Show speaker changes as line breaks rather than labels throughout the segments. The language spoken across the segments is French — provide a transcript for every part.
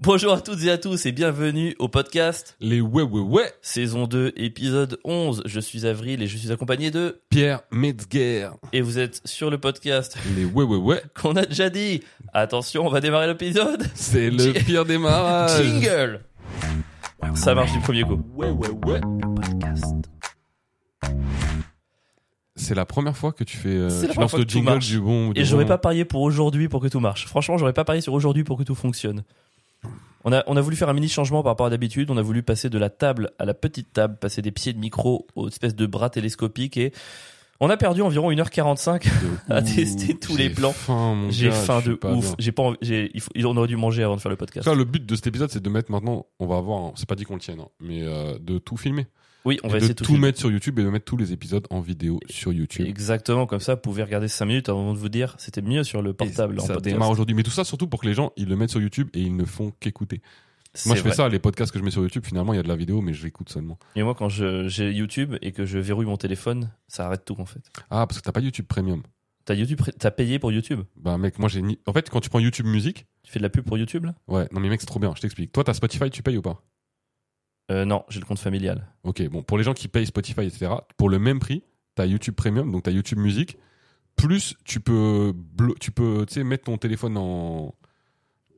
Bonjour à toutes et à tous et bienvenue au podcast
Les ouais ouais ouais,
saison 2 épisode 11. Je suis Avril et je suis accompagné de
Pierre Metzger.
et vous êtes sur le podcast
Les ouais ouais ouais,
qu'on a déjà dit. Attention, on va démarrer l'épisode.
c'est le
Jing-
pire démarrage.
Jingle. Ça marche du premier coup.
Ouais ouais ouais. C'est la première fois que tu fais, euh,
C'est la
tu
première
lances
fois
le
que tout
jingle
marche.
du bon. du
Et j'aurais
bon.
pas parié pour aujourd'hui pour que tout marche. Franchement, j'aurais pas parié sur aujourd'hui pour que tout fonctionne. On a, on a voulu faire un mini changement par rapport à d'habitude. On a voulu passer de la table à la petite table, passer des pieds de micro aux espèces de bras télescopiques et on a perdu environ 1h45
De
à
ouf.
tester tous
J'ai
les plans.
faim, mon
J'ai
gars,
faim
je suis
de
pas
ouf.
bien.
J'ai pas envie- j'ai- il faut- il- on aurait dû manger avant de faire le podcast.
Ça, le but de cet épisode, c'est de mettre maintenant, on va avoir, hein, c'est pas dit qu'on le tienne, hein, mais euh, de tout filmer.
Oui, on va
Et de
essayer
tout,
tout. de suite.
mettre sur YouTube et de mettre tous les épisodes en vidéo sur YouTube.
Exactement, comme ça, vous pouvez regarder 5 minutes avant de vous dire c'était mieux sur le portable
Et
en
ça
podcast.
démarre aujourd'hui. Mais tout ça surtout pour que les gens, ils le mettent sur YouTube et ils ne font qu'écouter.
C'est
Moi, je fais
vrai.
ça, les podcasts que je mets sur YouTube, finalement, il y a de la vidéo, mais je l'écoute seulement.
Et moi, quand je- j'ai YouTube et que je verrouille mon téléphone, ça arrête tout en fait.
Ah, parce que t'as pas YouTube Premium.
T'as YouTube, pré- t'as payé pour YouTube
Bah, mec, moi, j'ai ni... En fait, quand tu prends YouTube Musique,
Tu fais de la pub pour YouTube là
ouais, non, mais mec, c'est trop bien, je t'explique. Toi, t'as Spotify, tu payes ou pas
euh, Non, j'ai le compte familial.
Ok, bon, pour les gens qui payent Spotify, etc., pour le même prix, t'as YouTube Premium, donc t'as YouTube Musique, plus tu peux, blo- tu peux, tu sais, mettre ton téléphone en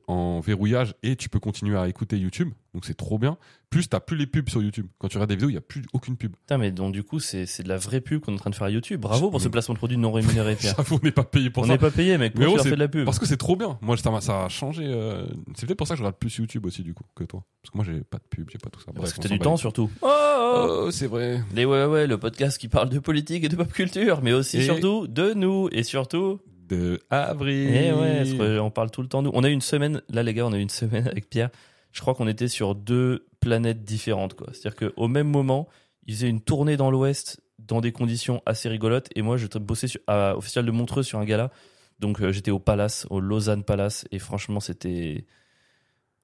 en verrouillage et tu peux continuer à écouter YouTube donc c'est trop bien plus t'as plus les pubs sur YouTube quand tu regardes des vidéos il y a plus aucune pub
Putain, mais donc du coup, c'est c'est de la vraie pub qu'on est en train de faire à YouTube. Bravo pour ce
Mais-
placement de produit non rémunéré, Pierre.
J'avoue, on n'est pas payé pour
On
ça
n'est pas payé, mec.
Mais
Pourquoi tu
gros,
leur
c'est-
fais de la pub
Parce que c'est trop bien. Moi, ça m'a- ça a changé. euh, C'est peut-être pour ça que je regarde plus YouTube aussi, du coup, que toi. Parce que moi, j'ai pas de pub, j'ai pas tout ça.
Parce
Bref,
que
on
t'as
s'en
du
bat
temps
les-
surtout.
Oh, c'est vrai.
Les ouais ouais, le podcast qui parle de politique et de pop culture, mais aussi
Et-
surtout de nous et surtout.
De avril.
Eh ouais, parce que on parle tout le temps nous. On a eu une semaine là les gars, on a eu une semaine avec Pierre. Je crois qu'on était sur deux planètes différentes quoi. C'est-à-dire que au même moment, il faisait une tournée dans l'Ouest dans des conditions assez rigolotes et moi je bossais sur, à, au festival de Montreux sur un gala. Donc euh, j'étais au Palace, au Lausanne Palace et franchement c'était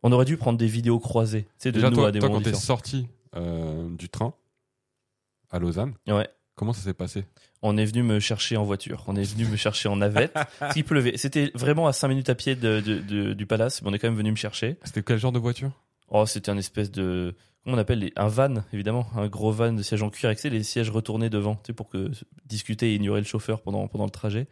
on aurait dû prendre des vidéos croisées, tu sais de
Déjà,
nous à
toi,
des
toi,
moments
quand t'es
différents.
sorti euh, du train à Lausanne,
Ouais.
comment ça s'est passé
On est venu me chercher en voiture, on est venu me chercher en navette, parce qu'il pleuvait. C'était vraiment à 5 minutes à pied de- de- de- du palace, mais on est quand même venu me chercher.
C'était quel genre de voiture
Oh, c'était un espèce de. Comment on appelle les- Un van, évidemment, un gros van de sièges en cuir avec tu sais, les sièges retournés devant, tu sais, pour que discuter et ignorer le chauffeur pendant, pendant le trajet.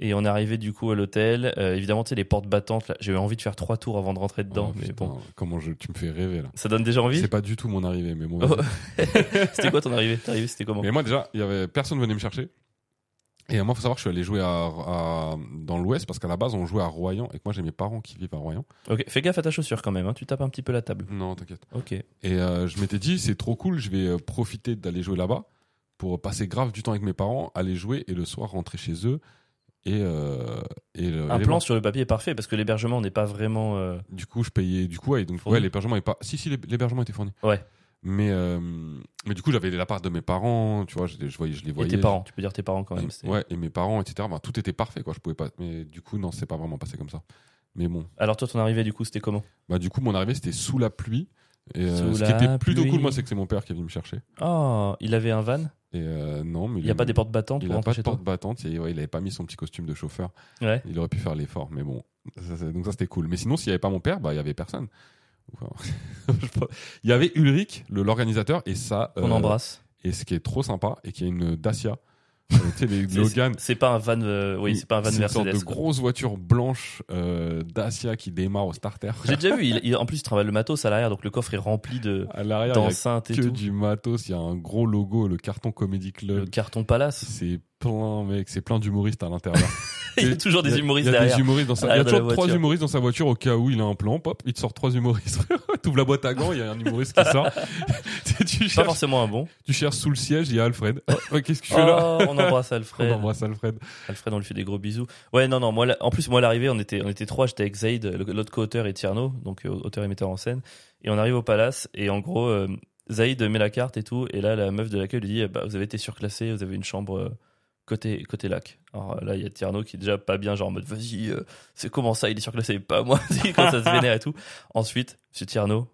Et on est arrivé du coup à l'hôtel. Euh, évidemment, tu sais, les portes battantes, là, j'ai eu envie de faire trois tours avant de rentrer dedans,
Oh,
mais
putain,
bon,
Comment je... tu me fais rêver là
ça donne déjà envie.
C'est pas du tout mon arrivée, mais bon.
Oh.
vas-y.
C'était quoi ton arrivée T'es arrivé, c'était comment
Mais moi déjà, il y avait personne venait me chercher. Et moi, faut savoir que je suis allé jouer à, à- dans l'Ouest parce qu'à la base, on jouait à Royan et que moi, j'ai mes parents qui vivent à Royan.
Ok, fais gaffe à ta chaussure quand même, hein, tu tapes un petit peu la table.
Non, t'inquiète.
Ok.
Et euh, je m'étais dit, c'est trop cool, je vais euh, profiter d'aller jouer là-bas pour passer grave du temps avec mes parents, aller jouer et le soir rentrer chez eux. Et, euh, et le-
Un
et
plan
les-
sur le papier est parfait parce que l'hébergement n'est pas vraiment. euh,
Du coup, je payais. Du coup, ouais, donc
Fourni.
ouais, l'hébergement est pas. Si, si, l'hé- l'hébergement était fourni.
Ouais.
Mais euh, mais du coup, j'avais l'appart de mes parents. Tu vois, je, les- je voyais, je les
Et
voyais.
tes parents, tu peux dire tes parents quand même.
Et-
c'est-
ouais, et mes parents, etc. Bah, tout était parfait, quoi. Je pouvais pas. Mais du coup, non, c'est pas vraiment passé comme ça. Mais bon.
Alors toi, ton arrivée du coup, c'était comment
Bah, du coup, mon arrivée, c'était sous la pluie. Et, euh,
Sous
ce
la
qui était plutôt
pluie.
cool, moi, c'est que c'est mon père qui est venu me chercher.
Oh, il avait un van.
Et euh, non, mais
Il n'y a pas des portes battantes
Il
pour
n'a
rentrer
pas
chez
de porte battante. Et, ouais, il avait pas mis son petit costume de chauffeur.
toi. Ouais.
Il aurait pu faire l'effort, mais bon. Ça, ça- donc ça, c'était cool. Mais sinon, s'il n'y avait pas mon père, bah, il y avait personne. Enfin, je pense- il y avait Ulrich, le- l'organisateur, et ça.
Qu'on
euh,
embrasse.
Et ce qui est trop sympa, et qui est une Dacia. Euh, tu sais, les
C'est-
Logan.
c'est- C'est pas un van. euh, oui, c'est pas un van
une sorte
Mercedes.
de
quoi.
grosse voiture blanche euh, Dacia qui démarre au starter.
J'ai déjà vu. Il, il- en plus, il travaille le matos à l'arrière, donc le coffre est rempli de
À l'arrière, Ah, il y a
d'enceintes et
que
tout.
du matos. Il y a un gros logo, le carton Comedy
Le
Club.
carton palace.
C'est plein, mec. C'est plein d'humoristes à l'intérieur.
il y a
Et
toujours
il y
des
a-
humoristes
il y a des
derrière.
humoristes dans sa-
à
Il y a
l'arrière de la
toujours trois
voiture.
humoristes dans sa voiture au cas où il a un plan. Pop, il te sort trois humoristes. T'ouvres la boîte à gants, il y a un humoriste qui sort. tu, tu
Pas
cherches,
forcément un bon.
tu cherches sous le siège, il y a Alfred. Oh, oh, Qu'est-ce que je fais là
Oh, on embrasse
On
Alfred.
embrasse Alfred.
Alfred, on lui fait des gros bisous. Ouais, non, non, moi, la- en plus, moi, à l'arrivée, on était, on était trois, j'étais avec Zaid, le- l'autre co-auteur et Tierno, donc euh, auteur et metteur en scène. Et on arrive au palace, et en gros, euh, Zaid met la carte et tout, et là, la meuf de l'accueil lui dit, eh bah, vous avez été surclassé, vous avez une chambre euh, côté, côté lac. Alors euh, là, il y a Tierno qui est déjà pas bien, genre en mode, vas-y, euh, c'est comment ça, il est surclassé, pas moi, quand ça se vénère et tout. Ensuite, monsieur Tierno,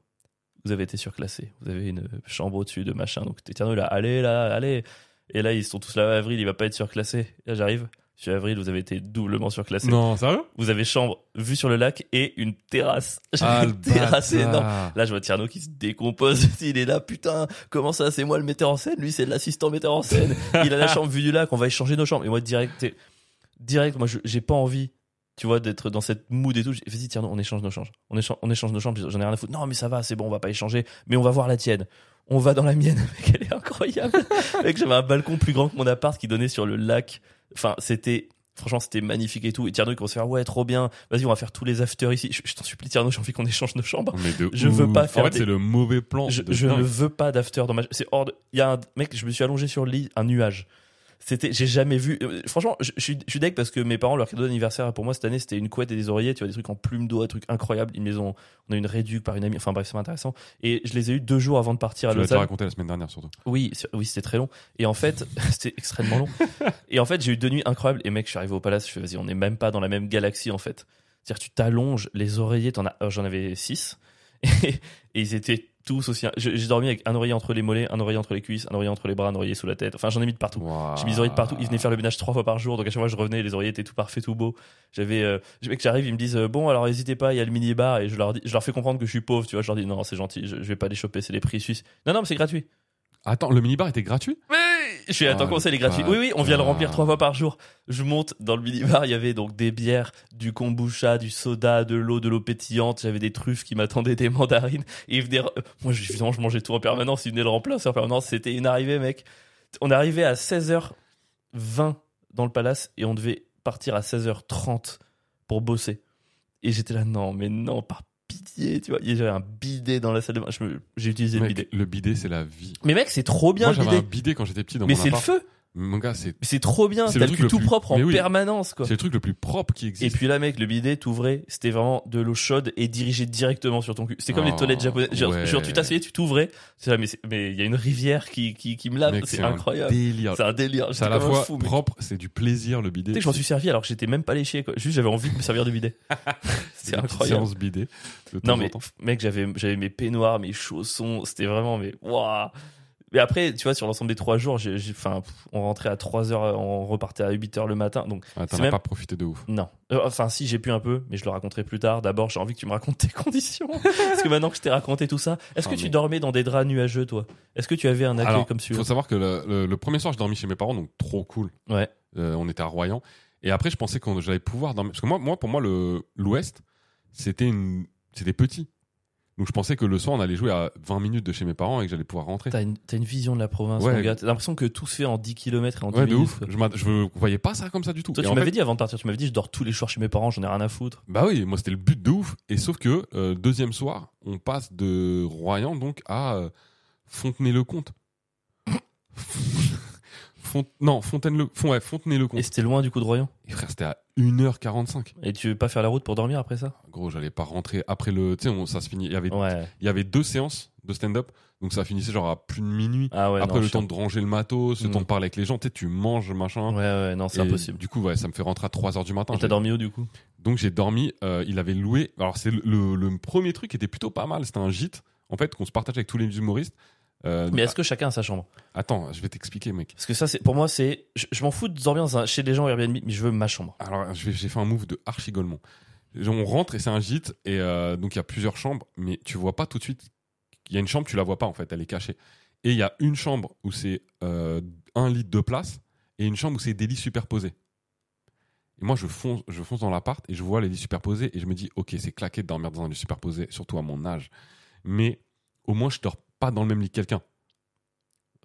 vous avez été surclassé, vous avez une chambre au-dessus de machin, donc Tierno, là, allez, là, allez. Et là, ils sont tous là, avril, il va pas être surclassé. Là, j'arrive. Sur Avril, vous avez été doublement surclassé.
Non, sérieux
Vous avez chambre, vue sur le lac et une terrasse.
Ah,
J'avais
le
une terrasse
bâtard.
énorme. Là, je vois Tierno qui se décompose. Il est là, putain, comment ça, c'est moi le metteur en scène Lui, c'est l'assistant metteur en scène. Il a la chambre vue du lac, on va échanger nos chambres. Et moi, direct, t'es- direct moi, je- j'ai pas envie, tu vois, d'être dans cette mood et tout. J'ai- Vas-y, Tierno, on échange nos chambres. On échange, on échange nos chambres, j'en ai rien à foutre. Non, mais ça va, c'est bon, on va pas échanger, mais on va voir la tienne. On va dans la mienne, mec, elle est incroyable. mec, j'avais un balcon plus grand que mon appart qui donnait sur le lac. Enfin, c'était. Franchement, c'était magnifique et tout. Et Tierno, il commence à faire, ouais, trop bien. Vas-y, on va faire tous les afters ici. Je, je t'en supplie, Tierno, j'ai envie qu'on échange nos chambres.
Mais de
Je
ouf.
veux pas faire
En fait,
des-
c'est le mauvais plan.
Je,
de
je ne
dingue.
veux pas d'after dans ma. C'est hors de. Il y a un mec, je me suis allongé sur le lit, un nuage. C'était, j'ai jamais vu. euh, Franchement, je, je suis, je suis deg parce que mes parents leur cadeau d'anniversaire pour moi cette année c'était une couette et des oreillers, tu vois des trucs en plume d'eau, un truc incroyable. Ils me les ont, on a eu une réduc par une amie. Enfin bref, c'est pas intéressant. Et je les ai eu deux jours avant de partir à
Tu l'as déjà
Lausanne.
raconté la semaine dernière, surtout.
Oui, c'est- oui, c'était très long. Et en fait, c'était extrêmement long. Et en fait, j'ai eu deux nuits incroyables. Et mec, je suis arrivé au palace. Je fais, vas-y, on n'est même pas dans la même galaxie en fait. C'est-à-dire, tu t'allonges, les oreillers, t'en as, euh, j'en avais six. Et, et ils étaient tous aussi. je- J'ai dormi avec un oreiller entre les mollets, un oreiller entre les cuisses, un oreiller entre les bras, un oreiller sous la tête. Enfin, j'en ai mis de partout. J'ai mis des oreillers de partout. Ils venaient faire le ménage trois fois par jour. Donc à chaque fois, je revenais, les oreillers étaient tout parfaits, tout beaux. J'avais, euh, mec, j'arrive, ils me disent euh, bon, alors n'hésitez pas, il y a le mini bar et je leur dis, je leur fais comprendre que je suis pauvre, tu vois. Je leur dis non, c'est gentil, je, je vais pas les choper, c'est les prix suisses. Non, non, mais c'est gratuit.
Attends, le minibar était gratuit
Mais je suis attends,
Ah,
comment ça, il est gratuit
putain.
Oui, oui, on vient le remplir trois fois par jour. Je monte dans le minibar, il y avait donc des bières, du kombucha, du soda, de l'eau, de l'eau pétillante. J'avais des truffes qui m'attendaient, des mandarines. Et ils venaient. re- Moi, je, évidemment, je mangeais tout en permanence. Ils venaient le remplir en permanence. C'était une arrivée, mec. On arrivait à 16h20 dans le palace et on devait partir à 16h30 pour bosser. Et j'étais là, non, mais non, par pitié, tu vois. Et J'avais un bidet dans la salle de bain. Je me- J'ai utilisé le
Mec,
bidet.
Le bidet, c'est la vie.
Mais mec, c'est trop bien
Moi,
le
j'avais un
bidet.
bidet quand j'étais petit dans
Mais
mon
c'est le
appart.
feu.
Mon gars, c'est
Mais C'est trop bien,
C'est
t'as
le
le
truc
cul
le
tout
plus-
propre en
Mais oui.
permanence quoi.
c'est le truc le plus propre qui
Et
existe.
puis là mec, le bidet t'ouvrais, c'était vraiment de l'eau chaude et dirigé directement sur ton cul. C'était comme les
Oh,
toilettes japonaises. Genre,
ouais.
genre, tu t'asseyais, tu t'ouvrais. C'est là, mais c'est- mais il y a une rivière qui qui, qui me lave,
Mec,
c'est
un
incroyable.
délire.
C'est un délire.
C'est
J'étais
à la
comme un
fois
fou, mec.
propre, c'est du plaisir le bidet.
Tu sais que je m'en suis servi alors que j'étais même pas léché quoi. Juste j'avais envie de me servir du bidet.
C'est
c'est
des petites
incroyable.
séances bidet. de temps
Non
en
mais
temps.
pff, mec, j'avais j'avais mes peignoirs, mes chaussons, c'était vraiment mais waouh. Mais après, tu vois, sur l'ensemble des trois jours, j'ai, j'ai- enfin, pff, on rentrait à 3 heures, on repartait à 8 heures le matin, donc
Ah, t'en
c'est
as
même-
pas profité de ouf.
Non. Euh, Enfin, si, j'ai pu un peu, mais je le raconterai plus tard. D'abord, j'ai envie que tu me racontes tes conditions. Parce que maintenant que je t'ai raconté tout ça, est-ce que
Ah,
tu
mais-
dormais dans des draps nuageux, toi Est-ce que tu avais un accueil
Alors,
comme
Il
celui-là
faut savoir que le, le- le premier soir, je dormis chez mes parents, donc trop cool.
Ouais.
Euh, on était à Royan. Et après, je pensais que j'allais pouvoir dormir. Parce que moi, moi pour moi, le- l'Ouest, c'était une- c'était petit. Donc je pensais que le soir, on allait jouer à 20 minutes de chez mes parents et que j'allais pouvoir rentrer.
T'as une, t'as une vision de la province,
Ouais.
mon gars. T'as l'impression que tout se fait en 10 km et en 10
Ouais, de
minutes.
ouf.
quoi.
Je, m'att- je voyais pas ça comme ça du tout.
Toi,
Et
tu
en
m'avais
fait-
dit avant de partir, tu m'avais dit, je dors tous les soirs chez mes parents, j'en ai rien à foutre.
Bah oui, moi c'était le but de ouf. Et sauf que euh, deuxième soir, on passe de Royan donc à euh, Fontenay-le-Comte. Font- Non, Fontaine-le- Fon- ouais,
Et
Fontenay-le-Comte.
c'était loin du coup de Royan.
Et frère, c'était à 1h45.
Et tu veux pas faire la route pour dormir après ça
Bah, Gros, j'allais pas rentrer après le. Tu sais, on- ça se finit. Il y avait,
Ouais.
il y avait deux séances de stand-up, donc ça finissait genre à plus de minuit.
Ah ouais,
après
non,
le
je-
temps de ranger le matos, le
Mm.
temps de parler avec les gens, tu sais, tu manges machin.
Ouais, ouais, non, c'est
Et
impossible.
Du coup, ouais, ça me fait rentrer à 3h du matin.
Et
J'ai-
t'as dormi où du coup
Donc j'ai dormi, euh, il avait loué. Alors c'est le, le- le premier truc qui était plutôt pas mal, c'était un gîte en fait qu'on se partage avec tous les humoristes. Euh,
Mais est-ce que chacun a sa chambre
Attends, je vais t'expliquer mec.
Parce que ça, c'est pour moi, c'est. Je, je m'en fous de dormir dans un- chez des gens Airbnb, mais je veux ma chambre.
Alors je vais- j'ai fait un move de archigolement. On rentre et c'est un gîte et euh, donc il y a plusieurs chambres, mais tu vois pas tout de suite. Il y a une chambre, tu la vois pas en fait, elle est cachée. Et il y a une chambre où c'est euh, un lit de place et une chambre où c'est des lits superposés. Et moi je fonce, je fonce dans l'appart et je vois les lits superposés et je me dis ok c'est claqué de dormir dans un lit superposé, surtout à mon âge. Mais au moins je dors pas dans le même lit que quelqu'un.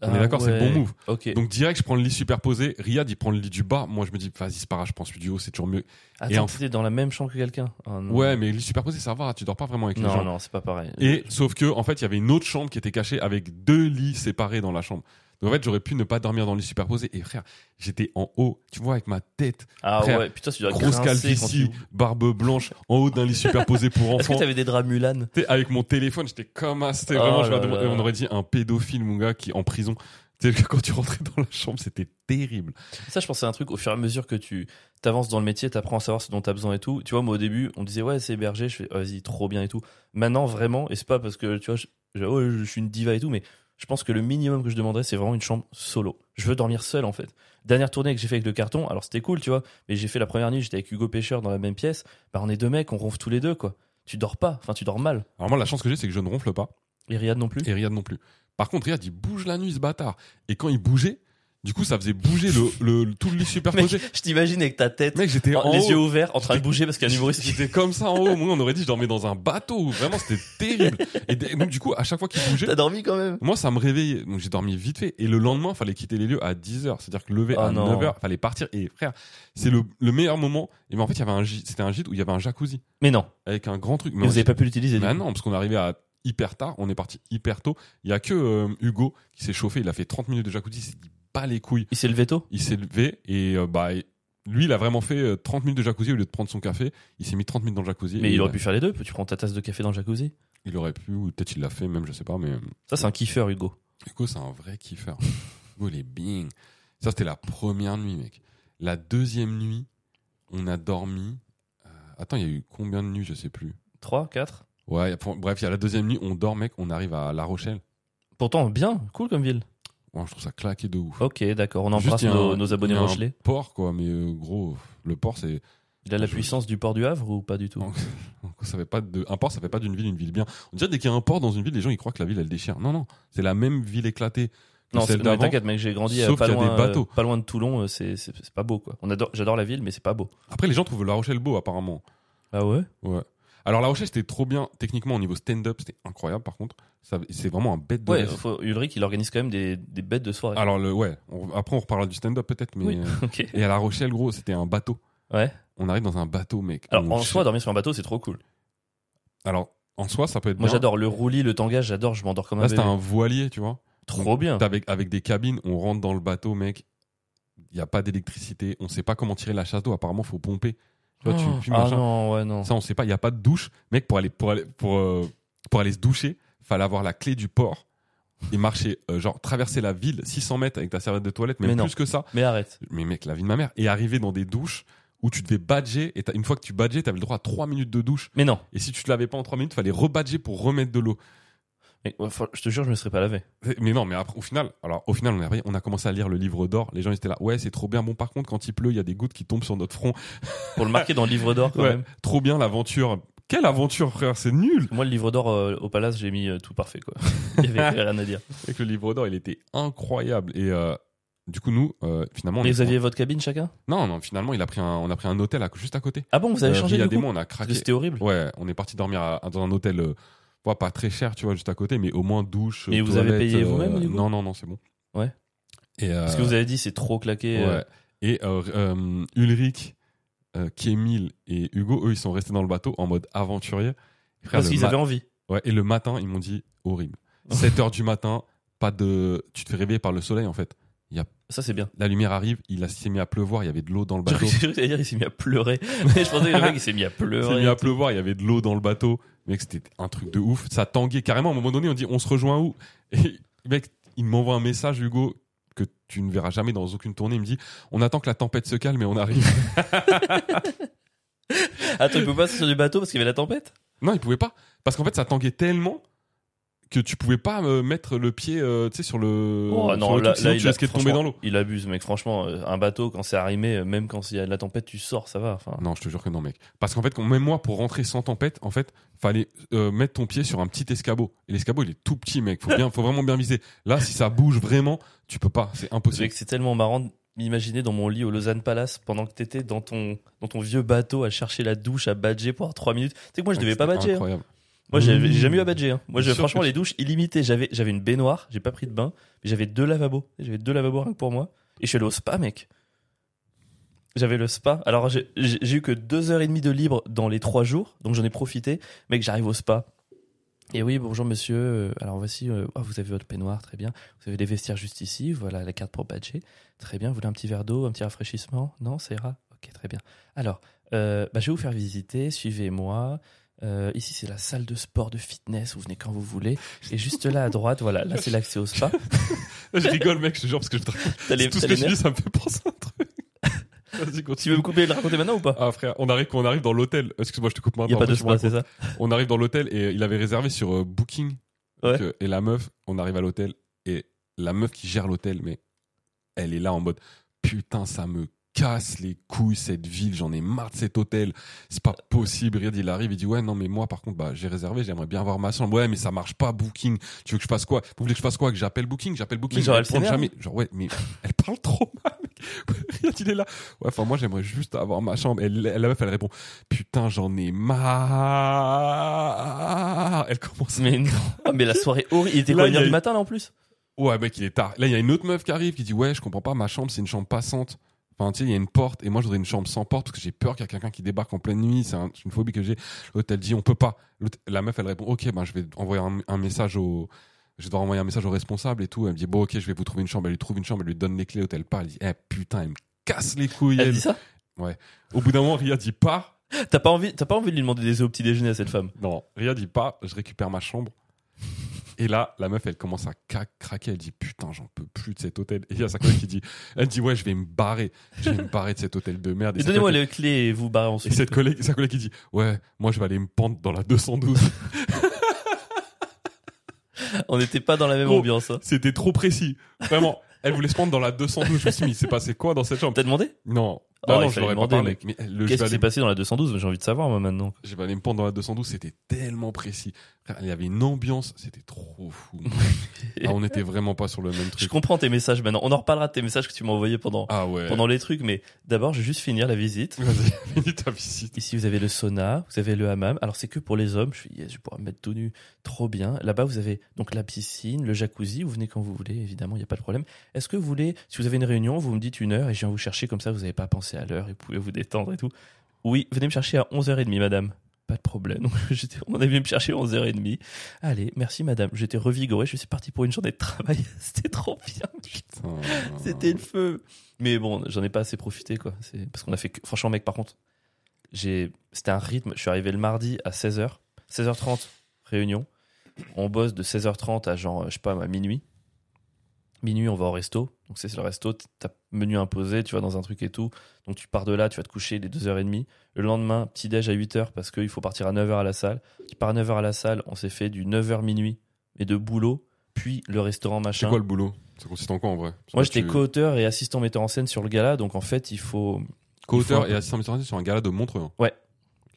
On est
Ah
d'accord, c'est le
ouais.
bon move.
Ok.
Donc direct je prends le lit superposé, Riyad il prend le lit du bas, moi je me dis vas-y c'est pas grave, je prends celui du haut, c'est toujours mieux. Et en-
Attends, t'étais dans la même chambre que quelqu'un Ah non.
Ouais, mais les superposés, ça va, tu dors pas vraiment avec les
Non,
gens.
non, c'est pas pareil.
Et sauf que, en fait, il y avait une autre chambre qui était cachée avec deux lits séparés dans la chambre. Donc en fait, j'aurais pu ne pas dormir dans le lit superposé. Et frère, j'étais en haut, tu vois, avec ma tête,
Ah
frère,
ouais, putain, tu dois
grosse
grincer quand
calvitie,
tu-
barbe blanche, en haut d'un lit superposé pour
Est-ce que
enfants.
t'avais des draps Mulan
T'sais, Avec mon téléphone, j'étais comme un. C'était
Oh
vraiment, je
là
me demande-
là.
on aurait dit un pédophile, mon gars, qui est en prison. Tu sais, quand tu rentrais dans la chambre, c'était terrible.
Ça, je pense, c'est un truc au fur et à mesure que tu t'avances dans le métier, t'apprends à savoir ce dont t'as besoin et tout. Tu vois, moi au début, on me disait ouais, c'est hébergé, je fais vas-y, trop bien et tout. Maintenant, vraiment, et c'est pas parce que tu vois, je, je- ouais, je suis une diva et tout, mais je pense que le minimum que je demanderais, c'est vraiment une chambre solo. Je veux dormir seul, en fait. Dernière tournée que j'ai fait avec le carton, alors c'était cool, tu vois, mais j'ai fait la première nuit, j'étais avec Hugo Pêcheur dans la même pièce. Bah, on est deux mecs, on ronfle tous les deux, quoi. Tu dors pas, enfin, tu dors mal.
Alors moi, la chance que j'ai, c'est que je ne ronfle pas.
Et Riyad non plus.
Et Riyad non plus. Par contre, Riyad, il bouge la nuit, ce bâtard. Et quand il bougeait, du coup, ça faisait bouger le, le- le- tout le lit
Mec,
superposé.
je t'imagine avec ta tête,
Mec, j'étais
en-
en
Oh, les
haut.
yeux ouverts, en train de bouger parce qu'il y a un humoriste qui
J'étais comme ça en haut. Moi, on aurait dit, je dormais dans un bateau. Vraiment, c'était terrible. Et d- donc, du coup, à chaque fois qu'il bougeait,
T'as dormi quand même
Moi, ça me réveillait. Donc, j'ai dormi vite fait. Et le lendemain, fallait quitter les lieux à 10h. C'est-à-dire que lever
Oh
à
non.
9h, fallait partir. Et frère, c'est le, le meilleur moment. Et ben, en fait, il y avait un gîte- c'était un gîte où il y avait un jacuzzi
Mais non,
avec un grand truc.
mais
on-
vous avez pas pu l'utiliser. du
bah
coup.
non, parce qu'on est arrivé à hyper tard. On est parti hyper tôt. Il y a que euh, Hugo qui s'est chauffé. Il a fait 30 minutes de jacuzzi. Il s'est dit, pas les couilles.
Il s'est levé tôt
Il s'est levé et euh, bah, et lui, il a vraiment fait euh, 30 minutes de jacuzzi au lieu de prendre son café. Il s'est mis 30 minutes dans le jacuzzi.
Mais
Et
il aurait
a-
pu faire les deux. Tu prends ta tasse de café dans le jacuzzi.
Il aurait pu, ou peut-être il l'a fait même, je sais pas, mais. euh,
Ça, c'est un kiffeur, Hugo.
Hugo, c'est un vrai kiffeur. Hugo, les bing. Ça, c'était la première nuit, mec. La deuxième nuit, on a dormi. euh, attends, il y a eu combien de nuits Je sais plus.
3, 4.
Ouais, y a- bref, il y a la deuxième nuit, on dort, mec. On arrive à La Rochelle.
Pourtant, bien, cool comme ville.
Ouais, je trouve ça claqué de ouf.
Ok, d'accord, on
Juste,
embrasse
il y a un-
nos, nos abonnés
il y a un
Rochelais.
Port, quoi, mais euh, gros, le port, c'est.
Il a la
je-
puissance du port du Havre ou pas du tout
Non. Ça fait pas de... Un port, ça fait pas d'une ville une ville bien. On dirait dès qu'il y a un port dans une ville, les gens, ils croient que la ville, elle déchire. Non, non. C'est la même ville éclatée. que
Non, c'est-
celle
non mais
d'avant.
t'inquiète, mec, j'ai grandi à
sauf
pas
qu'il y a
loin,
des
euh,
bateaux.
pas loin de Toulon, euh, c'est c'est- c'est pas beau quoi. On adore, j'adore la ville, mais c'est pas beau.
Après, les gens trouvent La Rochelle beau, apparemment.
Ah ouais
Ouais. Alors La Rochelle, c'était trop bien techniquement au niveau stand-up, c'était incroyable par contre. Ça- C'est vraiment un bête de Ah.
Ouais,
rêve.
faut- Ulrich, il organise quand même des, des bêtes de soirée.
Alors le, ouais, on- après on reparlera du stand-up peut-être, mais
Oui.
euh,
ok.
et à La Rochelle, gros, c'était un bateau.
Ouais.
On arrive dans un bateau, mec.
Alors
On-
en soi, dormir sur un bateau, c'est trop cool.
alors en soi, ça peut être.
Moi,
bien.
j'adore le roulis, le tanga, j'adore, je m'endors comme un
Là, c'était
bébé.
un voilier, tu vois.
Trop bien.
T'as Avec avec des cabines, on rentre dans le bateau, mec. Il y a pas d'électricité, on sait pas comment tirer la chasse d'eau. Apparemment, faut pomper. Tu vois, tu
Oh,
tu
ah
machin.
non, ouais, non.
Ça, on sait pas. Il y a pas de douche, mec. Pour aller, pour aller, pour euh, pour aller se doucher, fallait avoir la clé du port et marcher, euh, genre traverser la ville, 600 mètres avec ta serviette de toilette, même
Mais non.
plus que ça.
Mais arrête.
Mais mec, la vie de ma mère. Et arriver dans des douches où tu devais badger. Et t'as- une fois que tu badgeais, t'avais le droit à 3 minutes de douche.
Mais non.
Et si tu te lavais pas en 3 minutes, fallait rebadger pour remettre de l'eau.
Mais, ouais, faut- je te jure, je me serais pas lavé.
Mais non, mais après, au final, alors au final, on a, on a commencé à lire le livre d'or. Les gens ils étaient là, ouais, c'est trop bien. Bon, par contre, quand il pleut, il y a des gouttes qui tombent sur notre front.
Pour le marquer dans le livre d'or quand
Ouais.
même.
Trop bien l'aventure. Quelle aventure, frère, c'est nul.
Moi, le livre d'or euh, au palace, j'ai mis euh, tout parfait quoi. Il y avait rien à dire.
Et que le livre d'or, il était incroyable. Et euh, du coup, nous, euh, finalement, on
Mais
est-
vous aviez votre cabine chacun
non, non, finalement, il a pris un, on a pris un hôtel à, juste à côté.
Ah bon, vous avez
Euh,
changé
il y a
du
des
coup
mois, on a
Parce
craqué.
que C'était horrible.
Ouais, on est parti dormir à- dans un hôtel, euh, ouais, pas très cher, tu vois, juste à côté, mais au moins douche.
Mais
euh,
vous avez
toilette,
payé
euh,
vous-même, du coup
Non, non, non, c'est bon.
Ouais.
Et euh,
Parce que vous avez dit, c'est trop claqué.
ouais.
euh,
Et euh, euh, Ulrich, euh, Kémil et Hugo, eux, ils sont restés dans le bateau en mode aventurier. Frère,
parce
le
qu'ils
ma-
avaient envie.
Ouais, et le matin, ils m'ont dit horrible. 7h du matin, pas de. Tu te fais réveiller par le soleil, en fait.
Ça, c'est bien.
La lumière arrive, il a- s'est mis à pleuvoir, il y avait de l'eau dans le
J'ai
bateau.
cru j'ai cru que t'allais dire, il s'est mis à pleurer. Mais je pensais que le mec, il s'est mis à
Il
pleurer.
s'est mis à pleuvoir, il y avait de l'eau dans le bateau. Mec, c'était un truc de ouf. Ça tanguait carrément. À un moment donné, on dit on se rejoint où Et mec, il m'envoie un message, Hugo, que tu ne verras jamais dans aucune tournée. Il me dit on attend que la tempête se calme et on arrive.
Attends, il peut pas sur du bateau parce qu'il y avait la tempête
Non, il pouvait pas. Parce qu'en fait, ça tanguait tellement que tu pouvais pas euh, mettre le pied euh, tu sais, sur le.
Oh,
sur le truc, sinon tu
a-
risquais de tomber
franchement,
dans l'eau.
Il abuse, mec. Franchement, euh, un bateau, quand c'est arrimé, euh, même quand il y a de la tempête, tu sors, ça va. Enfin,
Ah Non, je te jure que non, mec. Parce qu'en fait, quand- même moi, pour rentrer sans tempête, en fait, fallait euh, mettre ton pied sur un petit escabeau. Et l'escabeau, il est tout petit, mec. Faut, bien, faut vraiment bien viser. Là, si ça bouge vraiment, tu peux pas. C'est
c'est
impossible.
que c'est tellement marrant de m'imaginer dans mon lit au Lausanne Palace pendant que t'étais dans ton, dans ton vieux bateau à chercher la douche, à badger pour avoir 3 minutes. Tu sais que moi, je devais
C'était
pas badger. hein.
Incroyable.
Moi, j'avais-
Mmh.
j'ai jamais eu à badger. hein. Moi,
Bien
je,
sûr
franchement,
que
les douches illimitées. J'avais, j'avais une baignoire, j'ai pas pris de bain, mais j'avais deux lavabos. J'avais deux lavabos rien que pour moi. Et je suis allé au spa, mec. J'avais le spa. Alors, j'ai- j'ai j'ai eu que deux heures et demie de libre dans les trois jours, donc j'en ai profité. Mec, j'arrive au spa. Et oui, bonjour monsieur. Euh, Alors voici, euh, ah, vous avez votre peignoir, très bien. Vous avez des vestiaires juste ici. Voilà la carte pour badger. Très bien. Vous voulez un petit verre d'eau, un petit rafraîchissement Non, ça ira. Ok, très bien. Alors, euh, bah, je vais vous faire visiter. Suivez-moi. Euh, ici, c'est la salle de sport, de fitness. Vous venez quand vous voulez. Et juste là à droite, voilà, là c'est l'accès au spa.
je rigole, mec, je te jure, parce que je te raconte-
T'as les-
tout ce
t'as
que
les
je
nerfs.
dis, ça me fait penser à un truc. Vas-y,
Tu veux
continue.
me couper et le raconter maintenant ou pas
Ah, frère, on arrive, quand on arrive dans l'hôtel. Excuse-moi, je te coupe
Il
maintenant.
n'y a pas
après,
de
tu me racontes.
spa, c'est ça
on arrive dans l'hôtel et il avait réservé sur euh, Booking.
Ouais.
Donc, euh, et la meuf, on arrive à l'hôtel, Et la meuf qui gère l'hôtel, mais elle est là en mode putain, ça me casse les couilles cette ville, j'en ai marre de cet hôtel, c'est pas possible. Regarde, il arrive, il dit ouais non mais moi par contre bah j'ai réservé, j'aimerais bien avoir ma chambre. Ouais mais ça marche pas Booking. Tu veux que je fasse quoi Vous voulez que je fasse quoi Que j'appelle Booking, j'appelle Booking.
Mais genre, elle
prend
s'énerve.
jamais. Genre ouais mais elle parle trop mal. mec. Regarde, il est là. Ouais enfin moi j'aimerais juste avoir ma chambre. Elle, la meuf elle répond putain j'en ai marre. Elle commence.
Mais non. Ah, mais la soirée horrible. Il était quoi,
Là,
une
il y
heure
a
du
eu-
matin là en plus
Ouais, mec, il est tard. Là, il y a une autre meuf qui arrive qui dit Ouais, je comprends pas, ma chambre, c'est une chambre passante. Enfin, tu sais, il y a une porte, et moi, je voudrais une chambre sans porte parce que j'ai peur qu'il y a quelqu'un qui débarque en pleine nuit. C'est un- c'est une phobie que j'ai. L'autre, elle dit On peut pas. L'autre- La meuf, elle répond Ok, ben, je vais envoyer un, un message au. Je dois envoyer un message au responsable et tout. Elle me dit Bon, ok, je vais vous trouver une chambre. Elle lui trouve une chambre, elle lui donne les clés, l'autre, elle part. Elle dit Eh putain, elle me casse les couilles.
Elle
elle.
dit ça
Au bout d'un moment, Riyad dit Pas.
T'as pas, envie, t'as pas envie de lui demander des œufs au petit déjeuner à cette femme
Non, Riyad dit Pas, je récupère ma chambre. Et là, la meuf, elle commence à ca- craquer. Elle dit Putain, j'en peux plus de cet hôtel. Et il y a sa collègue qui dit Elle dit Ouais, je vais me barrer. Je vais me barrer de cet hôtel de merde.
Et
sa
donnez-moi
collègue-
les clés et vous barrez
et
ensuite.
cette collègue, sa collègue qui dit Ouais, moi, je vais aller me pendre dans la 212.
On n'était pas dans la même
Gros.
ambiance. hein.
C'était trop précis. Vraiment. Elle voulait se pendre dans la 212. Je me suis dit, mais il s'est passé quoi dans cette chambre
T'as demandé
Non.
Oh,
Bah Non,
il
non, je
fallait
l'aurais pas
demander,
parlé. Mais le je
Qu'est-ce
vais
qui s'est
aller
passé dans la 212 J'ai envie de savoir moi maintenant.
je vais aller me pendre dans la 212, c'était tellement précis. Frère, Il y avait une ambiance, c'était trop fou. Ah, on n'était vraiment pas sur le même
Je
truc.
comprends tes messages maintenant. On en reparlera de tes messages que tu m'as envoyés pendant,
Ah ouais.
pendant les trucs, mais d'abord, je vais juste finir la visite.
Vas-y, finis ta visite.
Ici, vous avez le sauna, vous avez le hammam. Alors, c'est que pour les hommes. Je suis, yes, je vais pouvoir me mettre tout nu. Trop bien. Là-bas, vous avez donc la piscine, le jacuzzi. Vous venez quand vous voulez, évidemment, il n'y a pas de problème. Est-ce que vous voulez, si vous avez une réunion, vous me dites une heure et je viens vous chercher comme ça, vous n'avez pas pensé à l'heure et vous pouvez vous détendre et tout. Oui, venez me chercher à 11h30, madame. Pas de problème. J'étais- On est venu me chercher à 11h30. Allez, merci, madame. J'étais revigoré. Je suis parti pour une journée de travail. C'était trop bien.
Putain.
C'était le feu. Mais bon, j'en ai pas assez profité, quoi. C'est parce qu'on a fait. que- Franchement, mec, par contre, j'ai. C'était un rythme. Je suis arrivé le mardi à 16h. 16h30, réunion. On bosse de 16h30 à genre, je sais pas, à minuit. Minuit, on va au resto. Donc, c'est c'est le resto. T'as menu imposé, tu vas dans un truc et tout. Donc, tu pars de là, tu vas te coucher les 2h30. Le lendemain, petit déj à 8h parce qu'il faut partir à 9h à la salle. Tu pars à 9h à la salle, on s'est fait du 9h minuit, mais de boulot, puis le restaurant
C'est
machin.
quoi le boulot Ça consiste en quoi en vrai Parce
Moi,
que
j'étais
tu-
co-auteur et assistant metteur en scène sur le gala, donc en fait, il faut.
co-auteur
il faut-
et assistant météorologique sur un gala de Montreux. hein.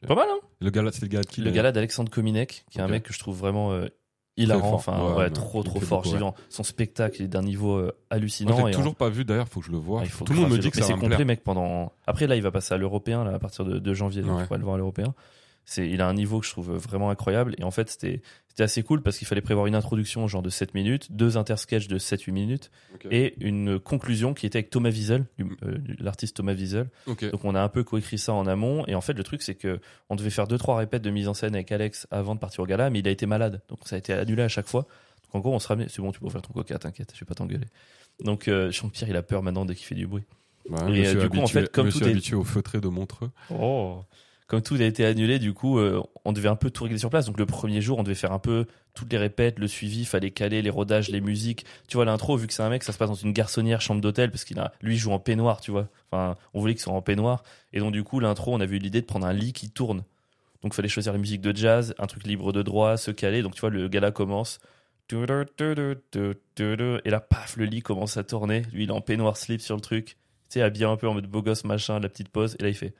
Pas mal, hein
Le gala, c'était le gala de qui
Le
d'ailleurs
gala d'Alexandre Kominek, qui est un
Ok.
mec que je trouve vraiment euh, hilarant,
fort.
enfin,
Ouais,
ouais,
mais
trop,
il
trop
fait
fort.
beaucoup,
J'ai vu
ouais.
en- Son spectacle il est d'un niveau euh, hallucinant.
Moi, je
et
l'ai
en-
toujours pas vu d'ailleurs, faut que je le
Ah,
vois.
il faut
Tout le monde
grave
me dit
le-
que
mais
ça va
c'est
me
complet,
plaire.
mec. Pendant après, là, il va passer à l'européen là, à partir de, de janvier. Donc
Ouais.
on va le voir à l'européen. C'est, il a un niveau que je trouve vraiment incroyable. Et en fait, c'était, c'était assez cool parce qu'il fallait prévoir une introduction genre de 7 minutes, deux intersketchs de 7-8 minutes
Ok.
et une conclusion qui était avec Thomas Wiesel, du- euh, du- l'artiste Thomas Wiesel.
Ok.
Donc on a un peu coécrit ça en amont et en fait le truc c'est que on devait faire deux trois répètes de mise en scène avec Alex avant de partir au gala mais il a été malade donc ça a été annulé à chaque fois. Donc en gros on se ramenait c'est bon tu peux faire ton coca t'inquiète je vais pas t'engueuler. Donc euh, Jean-Pierre il a peur maintenant dès qu'il fait du bruit.
Bah,
Et,
monsieur
euh, du coup, en
habitué-
fait, comme
monsieur
tout est-
habitué au feutré de Montreux.
Oh. Comme tout a été annulé, du coup, euh, on devait un peu tout régler sur place. Donc le premier jour, on devait faire un peu toutes les répètes, le suivi, fallait caler les rodages, les musiques. Tu vois l'intro, vu que c'est un mec, ça se passe dans une garçonnière, chambre d'hôtel, parce qu'il a, lui, il joue en peignoir, tu vois. Enfin, on voulait qu'il soit en peignoir. Et donc du coup, l'intro, on avait eu l'idée de prendre un lit qui tourne. Donc fallait choisir la musique de jazz, un truc libre de droit, se caler. Donc tu vois, le gala commence. Et là, paf, le lit commence à tourner. Lui, il est en peignoir slip sur le truc. Tu sais, habillé un peu en mode beau gosse, machin, la petite pause. Et là, il fait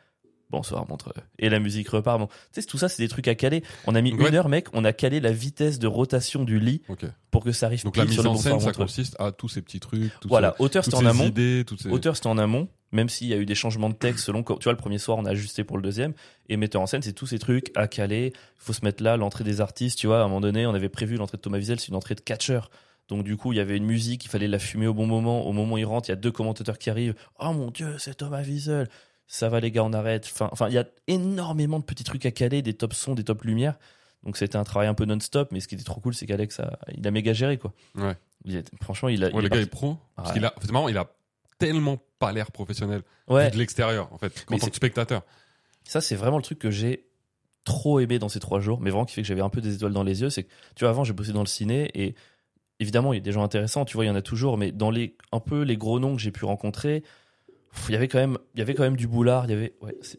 bonsoir, montre. Et la musique repart. Bon, tu sais, tout ça, c'est des trucs à caler. On a mis
Ouais.
une heure, mec. On a calé la vitesse de rotation du lit
Ok.
pour que ça arrive
Donc
pile
la mise
sur le
en
bonsoir,
scène, ça
montre.
consiste à tous ces petits trucs, toutes
Voilà,
ces,
auteur,
toutes
c'était en
ces
amont.
idées, toutes ces.
Auteur, c'était en amont, même s'il y a eu des changements de texte selon. quand- Tu vois, le premier soir, on a ajusté pour le deuxième. Et metteur en scène, c'est tous ces trucs à caler. Il faut se mettre là, l'entrée des artistes. Tu vois, à un moment donné, on avait prévu l'entrée de Thomas Wiesel, c'est une entrée de catcheur. Donc, du coup, il y avait une musique, il fallait la fumer au bon moment. Au moment où il rentre, il y a deux commentateurs qui arrivent. Oh mon Dieu, c'est Thomas Wiesel. Ça va, les gars, on arrête. Enfin, enfin, il y a énormément de petits trucs à caler, des top sons, des top lumières. Donc, c'était un travail un peu non-stop. Mais ce qui était trop cool, c'est qu'Alex, a- il a méga géré, quoi.
Ouais.
Il est- franchement, il a.
Ouais,
il
le
est
gars est
parti-
pro. Parce
Ouais.
qu'il a, c'est marrant, il a tellement pas l'air professionnel
Ouais.
vu de l'extérieur, en fait, en
Mais
tant
c'est-
que spectateur.
Ça, c'est vraiment le truc que j'ai trop aimé dans ces trois jours, mais vraiment qui fait que j'avais un peu des étoiles dans les yeux. C'est que, tu vois, avant, j'ai bossé dans le ciné et évidemment, il y a des gens intéressants, tu vois, il y en a toujours, mais dans les, un peu les gros noms que j'ai pu rencontrer, pff, il y avait quand même, il y avait quand même du boulard, il y avait, ouais, c'est-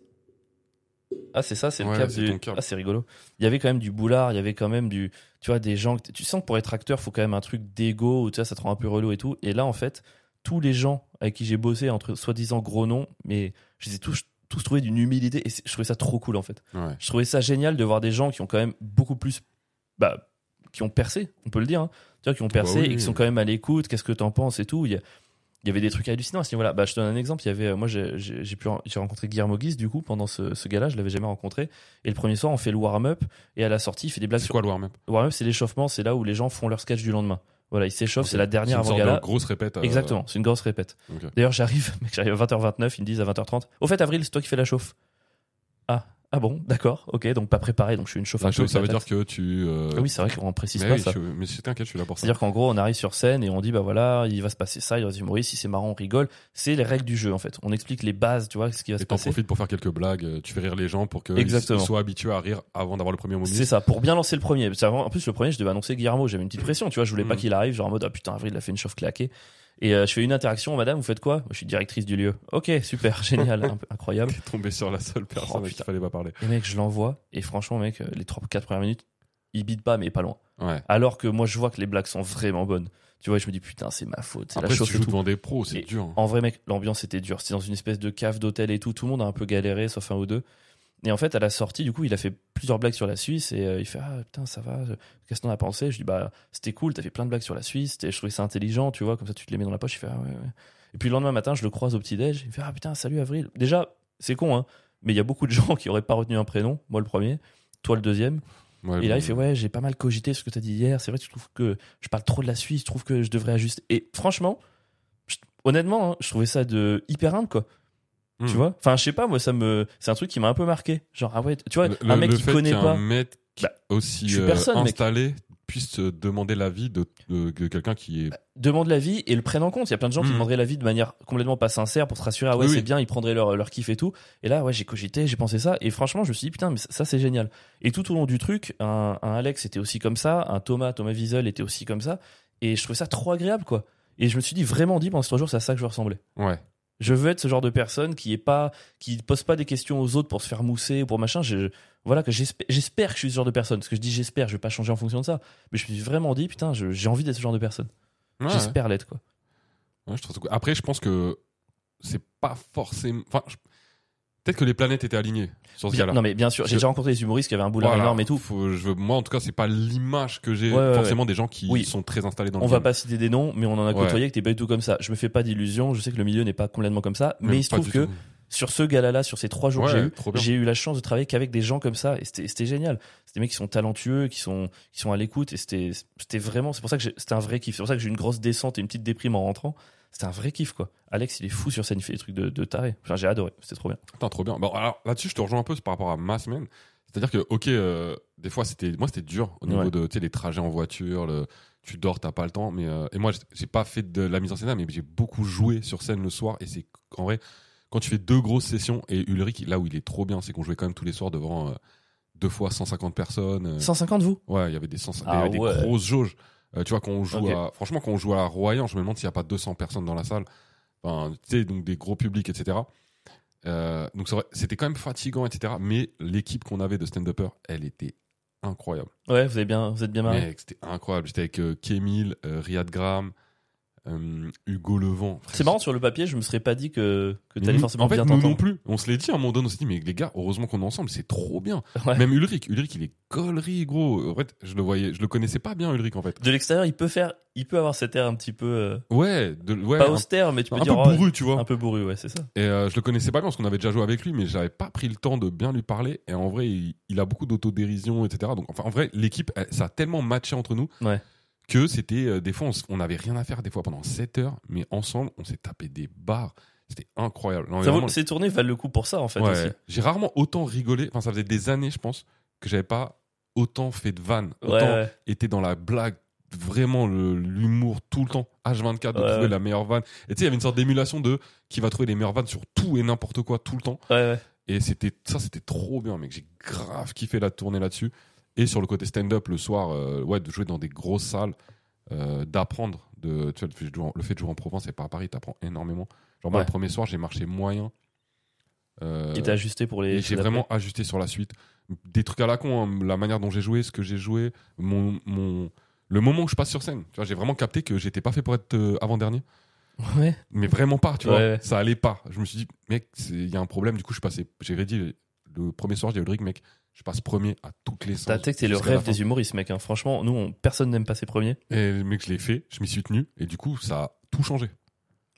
Ah, c'est ça, c'est
Ouais,
le câble.
c'est
du-
ton câble.
Ah, c'est rigolo. Il y avait quand même du boulard, il y avait quand même du. Tu vois, des gens. que t- Tu sens que pour être acteur, faut quand même un truc d'ego, ou tu vois, ça te rend un peu relou et tout. Et là, en fait, tous les gens avec qui j'ai bossé, entre soi-disant gros noms, mais je les ai tous, tous trouvés d'une humilité et c'est- je trouvais ça trop cool, en fait.
Ouais.
Je trouvais ça génial de voir des gens qui ont quand même beaucoup plus. Bah, qui ont percé, on peut le dire. hein. Tu vois, qui ont percé
oui,
et
Bah oui.
qui sont quand même à l'écoute, qu'est-ce que t'en penses et tout. Il y, a- il y avait des trucs hallucinants à ce niveau-là. Bah, je te donne un exemple. Il y avait, euh, moi, j'ai- j'ai j'ai pu- j'ai rencontré Guillermo Guise, du coup, pendant ce, ce gars-là. Je l'avais jamais rencontré. Et le premier soir, on fait le warm-up. Et à la sortie, il fait des blagues
C'est
sur.
quoi le warm-up
Warm-up, c'est l'échauffement. C'est là où les gens font leur sketch du lendemain. Voilà, ils s'échauffent.
Ok.
C'est la dernière
C'est une
avant le
sorte de
gala.
grosse répète. euh,
Exactement, c'est une grosse répète.
Ok.
D'ailleurs, j'arrive, mec, j'arrive à 20h29, ils me disent à 20h30. Au fait, Avril, c'est toi qui fais la chauffe. Ah, ah bon, d'accord, ok, donc pas préparé, donc je suis une chauffe.
La
un peu
chose, ça veut
avec la
dire que tu. euh,
tête. Ah oui, c'est vrai qu'on précise
mais
pas
oui,
ça.
je- mais c'est- t'inquiète, je suis là pour ça.
C'est-à-dire qu'en gros, on arrive sur scène et on dit, bah voilà, il va se passer ça, il va se humoristes, si c'est marrant, on rigole. C'est les règles du jeu, en fait. On explique les bases, tu vois, ce qui va se
Et t'en
passer.
profites pour faire quelques blagues, euh, tu fais rire les gens pour qu'ils
Exactement.
soient habitués à rire avant d'avoir le premier moment.
C'est ça, pour bien lancer le premier. Parce qu'avant- en plus, le premier, je devais annoncer Guillermo. J'avais une petite pression, tu vois. Je voulais pas
Mm.
qu'il arrive, genre en mode, ah putain, Avril, il a fait une chauffe claquée. Et euh, je fais une interaction, madame, vous faites quoi Moi, Je suis directrice du lieu. Ok, super, génial, un peu incroyable.
T'es tombé sur la seule personne
Oh,
à qui
putain.
il fallait pas parler.
Et mec, je l'envoie. Et franchement, mec, euh, les 3-4 premières minutes, il bide pas, mais pas loin.
Ouais.
Alors que moi, je vois que les blagues sont vraiment bonnes. Tu vois, je me dis, putain, c'est ma faute. C'est la
Après, si
chose
tu joues devant des pros, c'est
Et-
dur. hein.
En vrai, mec, l'ambiance était dure. C'était dans une espèce de cave d'hôtel et tout. Tout le monde a un peu galéré, sauf un ou deux. Et en fait, à la sortie, du coup, il a fait plusieurs blagues sur la Suisse et euh, il fait Ah putain, ça va, euh, qu'est-ce qu'on a pensé Je dis Bah, c'était cool, t'as fait plein de blagues sur la Suisse, c'était- je trouvais ça intelligent, tu vois, comme ça tu te les mets dans la poche. Il fait Ah ouais, ouais. Et puis le lendemain matin, je le croise au petit-déj, il me fait Ah putain, salut Avril. Déjà, c'est con, hein, mais il y a beaucoup de gens qui auraient pas retenu un prénom, moi le premier, toi le deuxième.
Ouais,
Et là,
bon,
il fait Ouais, j'ai pas mal cogité ce que t'as dit hier. C'est vrai, tu trouves que je parle trop de la Suisse, je trouve que je devrais ajuster. Et franchement, je- honnêtement, hein, je trouvais ça de hyper humble, quoi.
Hmm.
Tu vois Enfin, je sais pas, moi, ça me. C'est un truc qui m'a un peu marqué. Genre, ah ouais, tu vois,
Le-
un
le-
mec
le
qui
fait
connaît
qu'un
pas.
mec qui-
Bah, je
aussi
suis
euh,
personne, mec.
installé puisse te demander l'avis de, de- de quelqu'un qui est.
Bah, demande l'avis et le prennent en compte. Il y a plein de gens qui
Mhm.
demanderaient l'avis de manière complètement pas sincère pour se rassurer. Ah ouais,
Oui,
c'est
oui.
bien, ils prendraient leur, leur kiff et tout. Et là, ouais, j'ai cogité, j'ai pensé ça. Et franchement, je me suis dit, putain, mais ça, ça, c'est génial. Et tout au long du truc, un, un Alex était aussi comme ça, un Thomas, Thomas Wiesel était aussi comme ça. Et je trouvais ça trop agréable, quoi. Et je me suis dit, vraiment dit, pendant ce trois jours, c'est à ça que je ressemblais.
Ouais.
Je veux être ce genre de personne qui est pas, qui pose pas des questions aux autres pour se faire mousser ou pour machin. Je, voilà que j'espère, j'espère que je suis ce genre de personne. Parce que je dis j'espère, je vais pas changer en fonction de ça. Mais je me suis vraiment dit, putain, je- j'ai envie d'être ce genre de personne.
Ouais, ouais.
J'espère l'être, quoi.
Ouais, je trouve ça cool. Après, je pense que c'est pas forcément. Enfin, je- peut-être que les planètes étaient alignées sur ce
Bien-
gars-là.
non mais bien sûr,
Parce
j'ai
que-
déjà rencontré des humoristes qui avaient un boulard
Voilà.
énorme et tout.
Faut- je veux- moi, en tout cas, c'est pas l'image que j'ai
Ouais, ouais,
forcément des gens qui
Oui.
sont très installés dans
On
le
va
game.
pas citer des noms, mais on en a
euh, Ouais.
côtoyé qui étaient pas du tout comme ça. Je me fais pas d'illusions, je sais que le milieu n'est pas complètement comme ça, mais,
Même
il se
pas
trouve
du
que
tout.
sur ce gala-là, sur ces trois jours
Ouais,
que j'ai eu,
trop bien.
j'ai eu la chance de travailler qu'avec des gens comme ça et c'était c'était génial. C'est des mecs qui sont talentueux, qui sont, qui sont à l'écoute et c'était c'était vraiment, c'est pour ça que j'ai- c'était un vrai kiff. C'est pour ça que j'ai eu une grosse descente et une petite déprime en rentrant. C'était un vrai kiff quoi. Alex il est fou sur scène, il fait des trucs de, de taré. Enfin, j'ai adoré, c'était trop bien.
Putain, trop bien. Bon, alors là-dessus, je te rejoins un peu par rapport à ma semaine. C'est-à-dire que, ok, euh, des fois, c'était, moi, c'était dur au niveau
Ouais.
de, tu sais, les trajets en voiture, le- tu dors, t'as pas le temps. Mais, euh, et moi, j'ai- j'ai pas fait de la mise en scène, mais j'ai beaucoup joué sur scène le soir. Et c'est, en vrai, quand tu fais deux grosses sessions, et Ulrich, là où il est trop bien, c'est qu'on jouait quand même tous les soirs devant euh, deux fois 150 personnes. euh,
150 vous
Ouais, il y avait des, sens,
Ah
des- des,
ouais.
grosses jauges. Euh, tu vois, quand on joue
Ok.
à, franchement, quand on joue à Royan, je me demande s'il n'y a pas 200 personnes dans la salle. Enfin, tu sais, donc des gros publics, etc. Euh, donc c'est vrai, c'était quand même fatigant, etc. Mais l'équipe qu'on avait de stand-uppers, elle était incroyable.
Ouais, vous avez bien, vous êtes bien marrés.
Mec, c'était incroyable. J'étais avec euh, Kémil, euh, Riyad Graham, euh, Hugo Levent. Frère,
C'est marrant sur le papier, je me serais pas dit que que
mais
t'allais
nous-
forcément
Mhm. en fait,
bien
nous non
t'entendre.
plus. On se l'est dit à un moment donné, on s'est dit, mais les gars, heureusement qu'on est ensemble, c'est trop bien.
Ouais.
Même Ulrich, Ulrich, il est gaulerie, gros. En fait, je le voyais, je le connaissais pas bien, Ulrich, en fait.
de l'extérieur, il peut faire, il peut avoir cet air un petit peu euh,
Ouais, de, ouais
pas
un,
austère, mais tu peux
un
dire
peu
oh,
bourru, hein. tu vois.
un peu bourru, ouais, c'est ça.
Et euh, je le connaissais pas bien parce qu'on avait déjà joué avec lui, mais j'avais pas pris le temps de bien lui parler. Et en vrai, il, il a beaucoup d'autodérision, etc. Donc, enfin, en vrai, l'équipe, elle- ça a tellement matché entre nous
Ouais.
que c'était euh, des fois, on s- on n'avait rien à faire, des fois pendant 7 heures, mais ensemble, on s'est tapé des barres. C'était incroyable. Non, mais
Ça vaut-
vraiment,
Ces tournées valent le coup pour ça en fait
ouais.
aussi.
J'ai rarement autant rigolé. Enfin, ça faisait des années, je pense, que j'avais pas autant fait de vannes,
Ouais,
autant
ouais.
était dans la blague vraiment le- l'humour tout le temps H24 de
Ouais,
trouver
ouais.
la meilleure vanne et tu sais il y avait une sorte d'émulation de qui va trouver les meilleures vannes sur tout et n'importe quoi tout le temps
ouais, ouais.
et c'était ça c'était trop bien mec j'ai grave kiffé la tournée là-dessus et sur le côté stand-up le soir euh, ouais de jouer dans des grosses salles euh, d'apprendre de tu vois, le fait de jouer en- le fait de jouer en province et pas à Paris t'apprends énormément genre moi
Ouais.
le premier soir j'ai marché moyen Euh,
Il était ajusté pour les.
et j'ai vraiment ajusté sur la suite. Des trucs à la con, hein, la manière dont j'ai joué, ce que j'ai joué, mon, mon- le moment où je passe sur scène. Tu vois, j'ai vraiment capté que j'étais pas fait pour être euh, avant-dernier.
Ouais.
Mais vraiment pas, tu
Ouais,
vois.
ouais.
Ça allait pas. Je me suis dit, mec, c'est- il y a un problème. Du coup, je passais. J'avais dit, le premier soir, j'ai dit, Ulrich, mec, je passe premier à toutes les
T'as
séances.
que c'est le
jusqu'à la
rêve
fin.
des humoristes, mec. hein. Franchement, nous, on- personne n'aime passer premier.
Et le mec, je l'ai fait, je m'y suis tenu. Et du coup, ça a tout changé.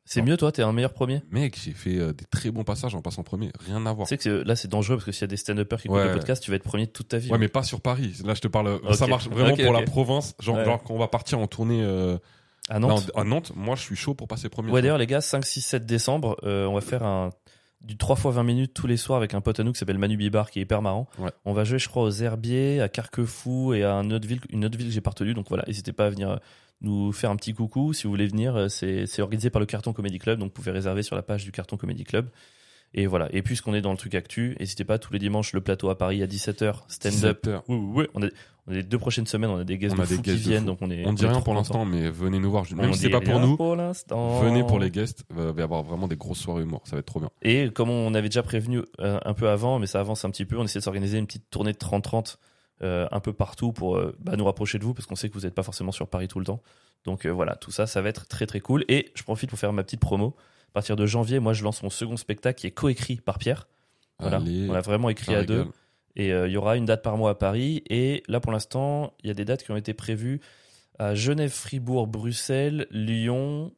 C'est
Ouais.
mieux, toi, t'es un meilleur premier.
Mec, j'ai fait euh, des très bons passages en passant premier. Rien à voir.
Tu sais que c'est- là, c'est dangereux parce que s'il y a des stand-uppers qui écoutent
Ouais.
le podcast, tu vas être premier toute ta vie. hein.
Ouais, mais pas sur Paris. Là, je te parle. euh,
Ok.
Ça marche vraiment
Ok,
pour
ok.
la province. Genre,
Ouais.
genre, quand on va partir en tournée euh,
À Nantes.
là, en- à Nantes, moi, je suis chaud pour passer premier.
Ouais, d'ailleurs, les gars, 5, 6, 7 décembre, euh, on va faire un, du 3 fois 20 minutes tous les soirs avec un pote à nous qui s'appelle Manu Bibar, qui est hyper marrant.
Ouais.
On va jouer, je crois, aux Herbiers, à Carquefou et à un autre ville, une autre ville que j'ai partenue. Donc voilà, n'hésitez pas à venir euh, nous faire un petit coucou. Si vous voulez venir, euh, c'est c'est organisé par le Carton Comedy Club. Donc vous pouvez réserver sur la page du Carton Comedy Club. Et voilà. Et puisqu'on est dans le truc actu, n'hésitez pas tous les dimanches le plateau à Paris à 17h, stand-up.
17.
Ouais, ouais, ouais. On a, on a les deux prochaines semaines, on a des guests
On
de
a des
fous qui
guests de
viennent,
fous.
donc on est.
On dit
est
rien
trop
pour
contents.
l'instant, mais venez nous voir. Je-
On
Même si c'est
dit
pas pour
rien Oh.
nous,
pour l'instant.
venez pour les guests. Il va y avoir vraiment des grosses soirées humour. Ça va être trop bien.
Et comme on avait déjà prévenu euh, un peu avant, mais ça avance un petit peu, on essaie de s'organiser une petite tournée de 30-30 euh, un peu partout pour euh, bah, nous rapprocher de vous, parce qu'on sait que vous n'êtes pas forcément sur Paris tout le temps. Donc euh, voilà, tout ça, ça va être très très cool. Et je profite pour faire ma petite promo. À partir de janvier, moi je lance mon second spectacle qui est coécrit par Pierre. Voilà,
Allez, Ah,
on l'a vraiment écrit
ça
à
régale.
deux. Et euh, il y aura une date par mois à Paris. Et là, pour l'instant, il y a des dates qui ont été prévues à Genève, Fribourg, Bruxelles, Lyon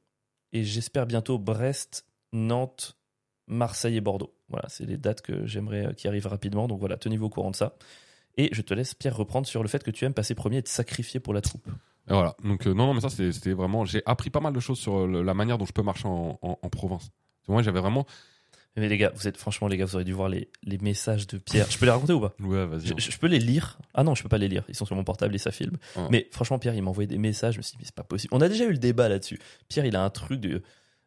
et j'espère bientôt Brest, Nantes, Marseille et Bordeaux. Voilà, c'est les dates que j'aimerais euh, qui arrivent rapidement. Donc voilà, tenez-vous au courant de ça. Et je te laisse, Pierre, reprendre sur le fait que tu aimes passer premier et te sacrifier pour la troupe.
Et voilà. Donc, euh, non, non, mais ça, c'est- c'était vraiment. J'ai appris pas mal de choses sur le- la manière dont je peux marcher en, en- en province. Tu vois, Moi, j'avais vraiment.
Mais les gars, vous êtes franchement, les gars, vous auriez dû voir les, les messages de Pierre. Je peux les raconter ou pas
Ouais, vas-y.
je, je peux les lire. Ah non, je peux pas les lire. Ils sont sur mon portable et ça filme.
Ah.
Mais franchement, Pierre, il m'envoyait des messages. Je me suis dit, mais c'est pas possible. On a déjà eu le débat là-dessus. Pierre, il a un truc de.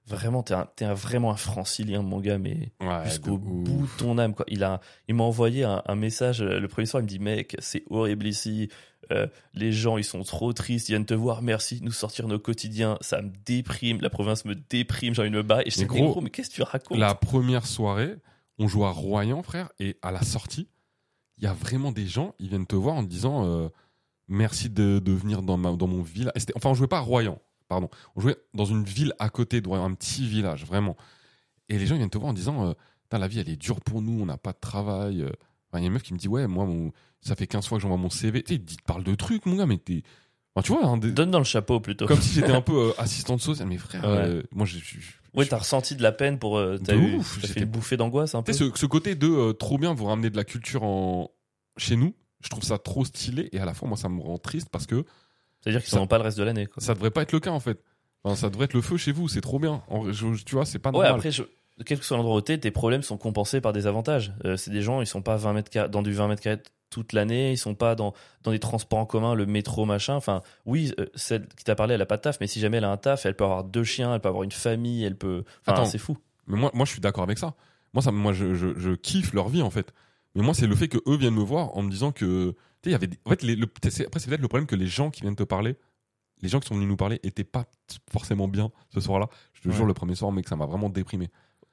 Vraiment, t'es un, t'es un- vraiment un francilien, mon gars, mais
Ouais,
jusqu'au
Ah, de ouf.
bout de ton âme. Quoi. Il, a, il m'a envoyé un, un message euh, le premier soir. Il me dit, mec, c'est horrible ici. Euh, les gens, ils sont trop tristes. Ils viennent te voir. Merci de nous sortir nos quotidiens. Ça me déprime. La province me déprime. J'ai envie de me barrer. Et je
Mais
dis, mais
gros,
gros, mais qu'est-ce que tu racontes
La première soirée, on joue à Royan, frère, et à la sortie, il y a vraiment des gens, ils viennent te voir en te disant euh, merci de, de venir dans, ma, dans mon village. Et c'était- Enfin, on jouait pas à Royan, pardon. On jouait dans une ville à côté de Royan, un petit village, vraiment. Et les gens ils viennent te voir en disant euh, Putain, la vie, elle est dure pour nous, on n'a pas de travail. euh. Enfin, Il y a une meuf qui me dit Ouais, moi, mon- ça fait 15 fois que j'envoie mon CV. Tu sais, il te parle de trucs, mon gars, mais t'es. Enfin, tu vois, un des-
Donne dans le chapeau plutôt.
comme si j'étais un peu euh, assistant de social. Mais frère,
Ouais.
euh, moi, je- je- je-
Ouais, t'as ressenti de la peine pour. euh, t'as
De
eu,
ouf,
t'as fait
j'étais-
une bouffée d'angoisse un peu.
Tu sais, ce, ce côté de euh, trop bien, vous ramener de la culture en... chez nous, je trouve ça trop stylé et à la fois, moi, ça me rend triste parce que
C'est-à-dire qu'ils
Ça-
n'en ont pas le reste de l'année. quoi.
ça devrait pas être le cas en fait. Enfin, ça devrait être le feu chez vous, c'est trop bien. En- je- je- tu vois, c'est pas
Ouais,
normal.
après, je- quel que soit l'endroit où t'es, tes problèmes sont compensés par des avantages. Euh, c'est des gens, ils sont pas 20 mètres carrés- dans du 20 mètres carrés toute l'année, ils sont pas dans, dans des transports en commun, le métro, machin. Enfin, oui, euh, celle qui t'a parlé, elle a pas de taf, mais si jamais elle a un taf, elle peut avoir deux chiens, elle peut avoir une famille, elle peut. Enfin,
Attends.
c'est fou.
Mais moi, moi, je suis d'accord avec ça. Moi, ça, moi je, je- je kiffe leur vie en fait. Mais moi, c'est le fait que eux viennent me voir en me disant que. Tu sais, il y avait. des- En fait, les- le- t'sais, c'est- après, c'est peut-être le problème que les gens qui viennent te parler, les gens qui sont venus nous parler, étaient pas forcément bien ce soir-là. Je te
Ouais.
jure, le premier soir, mec, ça m'a vraiment déprimé.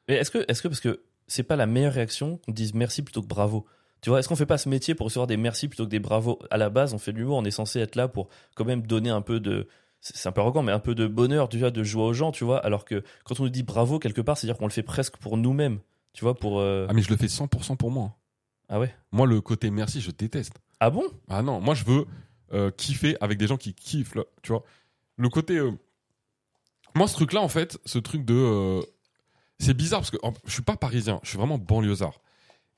Mais est-ce que, est-ce que, parce que c'est pas la meilleure réaction qu'on dise merci plutôt que bravo Tu vois, est-ce qu'on fait pas ce métier pour recevoir des merci plutôt que des bravos À la base, on fait de l'humour, on est censé être là pour quand même donner un peu de. C'est c'est un peu arrogant, mais un peu de bonheur, tu vois, de joie aux gens, tu vois. Alors que quand on nous dit bravo quelque part, c'est-à-dire qu'on le fait presque pour nous-mêmes, tu vois, pour. euh,
Ah, mais je le fais 100% pour moi. hein.
Ah ouais
Moi, le côté merci, je déteste.
Ah bon
Ah non, moi je veux euh, kiffer avec des gens qui kiffent, là, tu vois. Le côté. euh, Moi, ce truc-là, en fait, ce truc de. euh, C'est bizarre parce que en- je suis pas parisien, je suis vraiment banlieusard.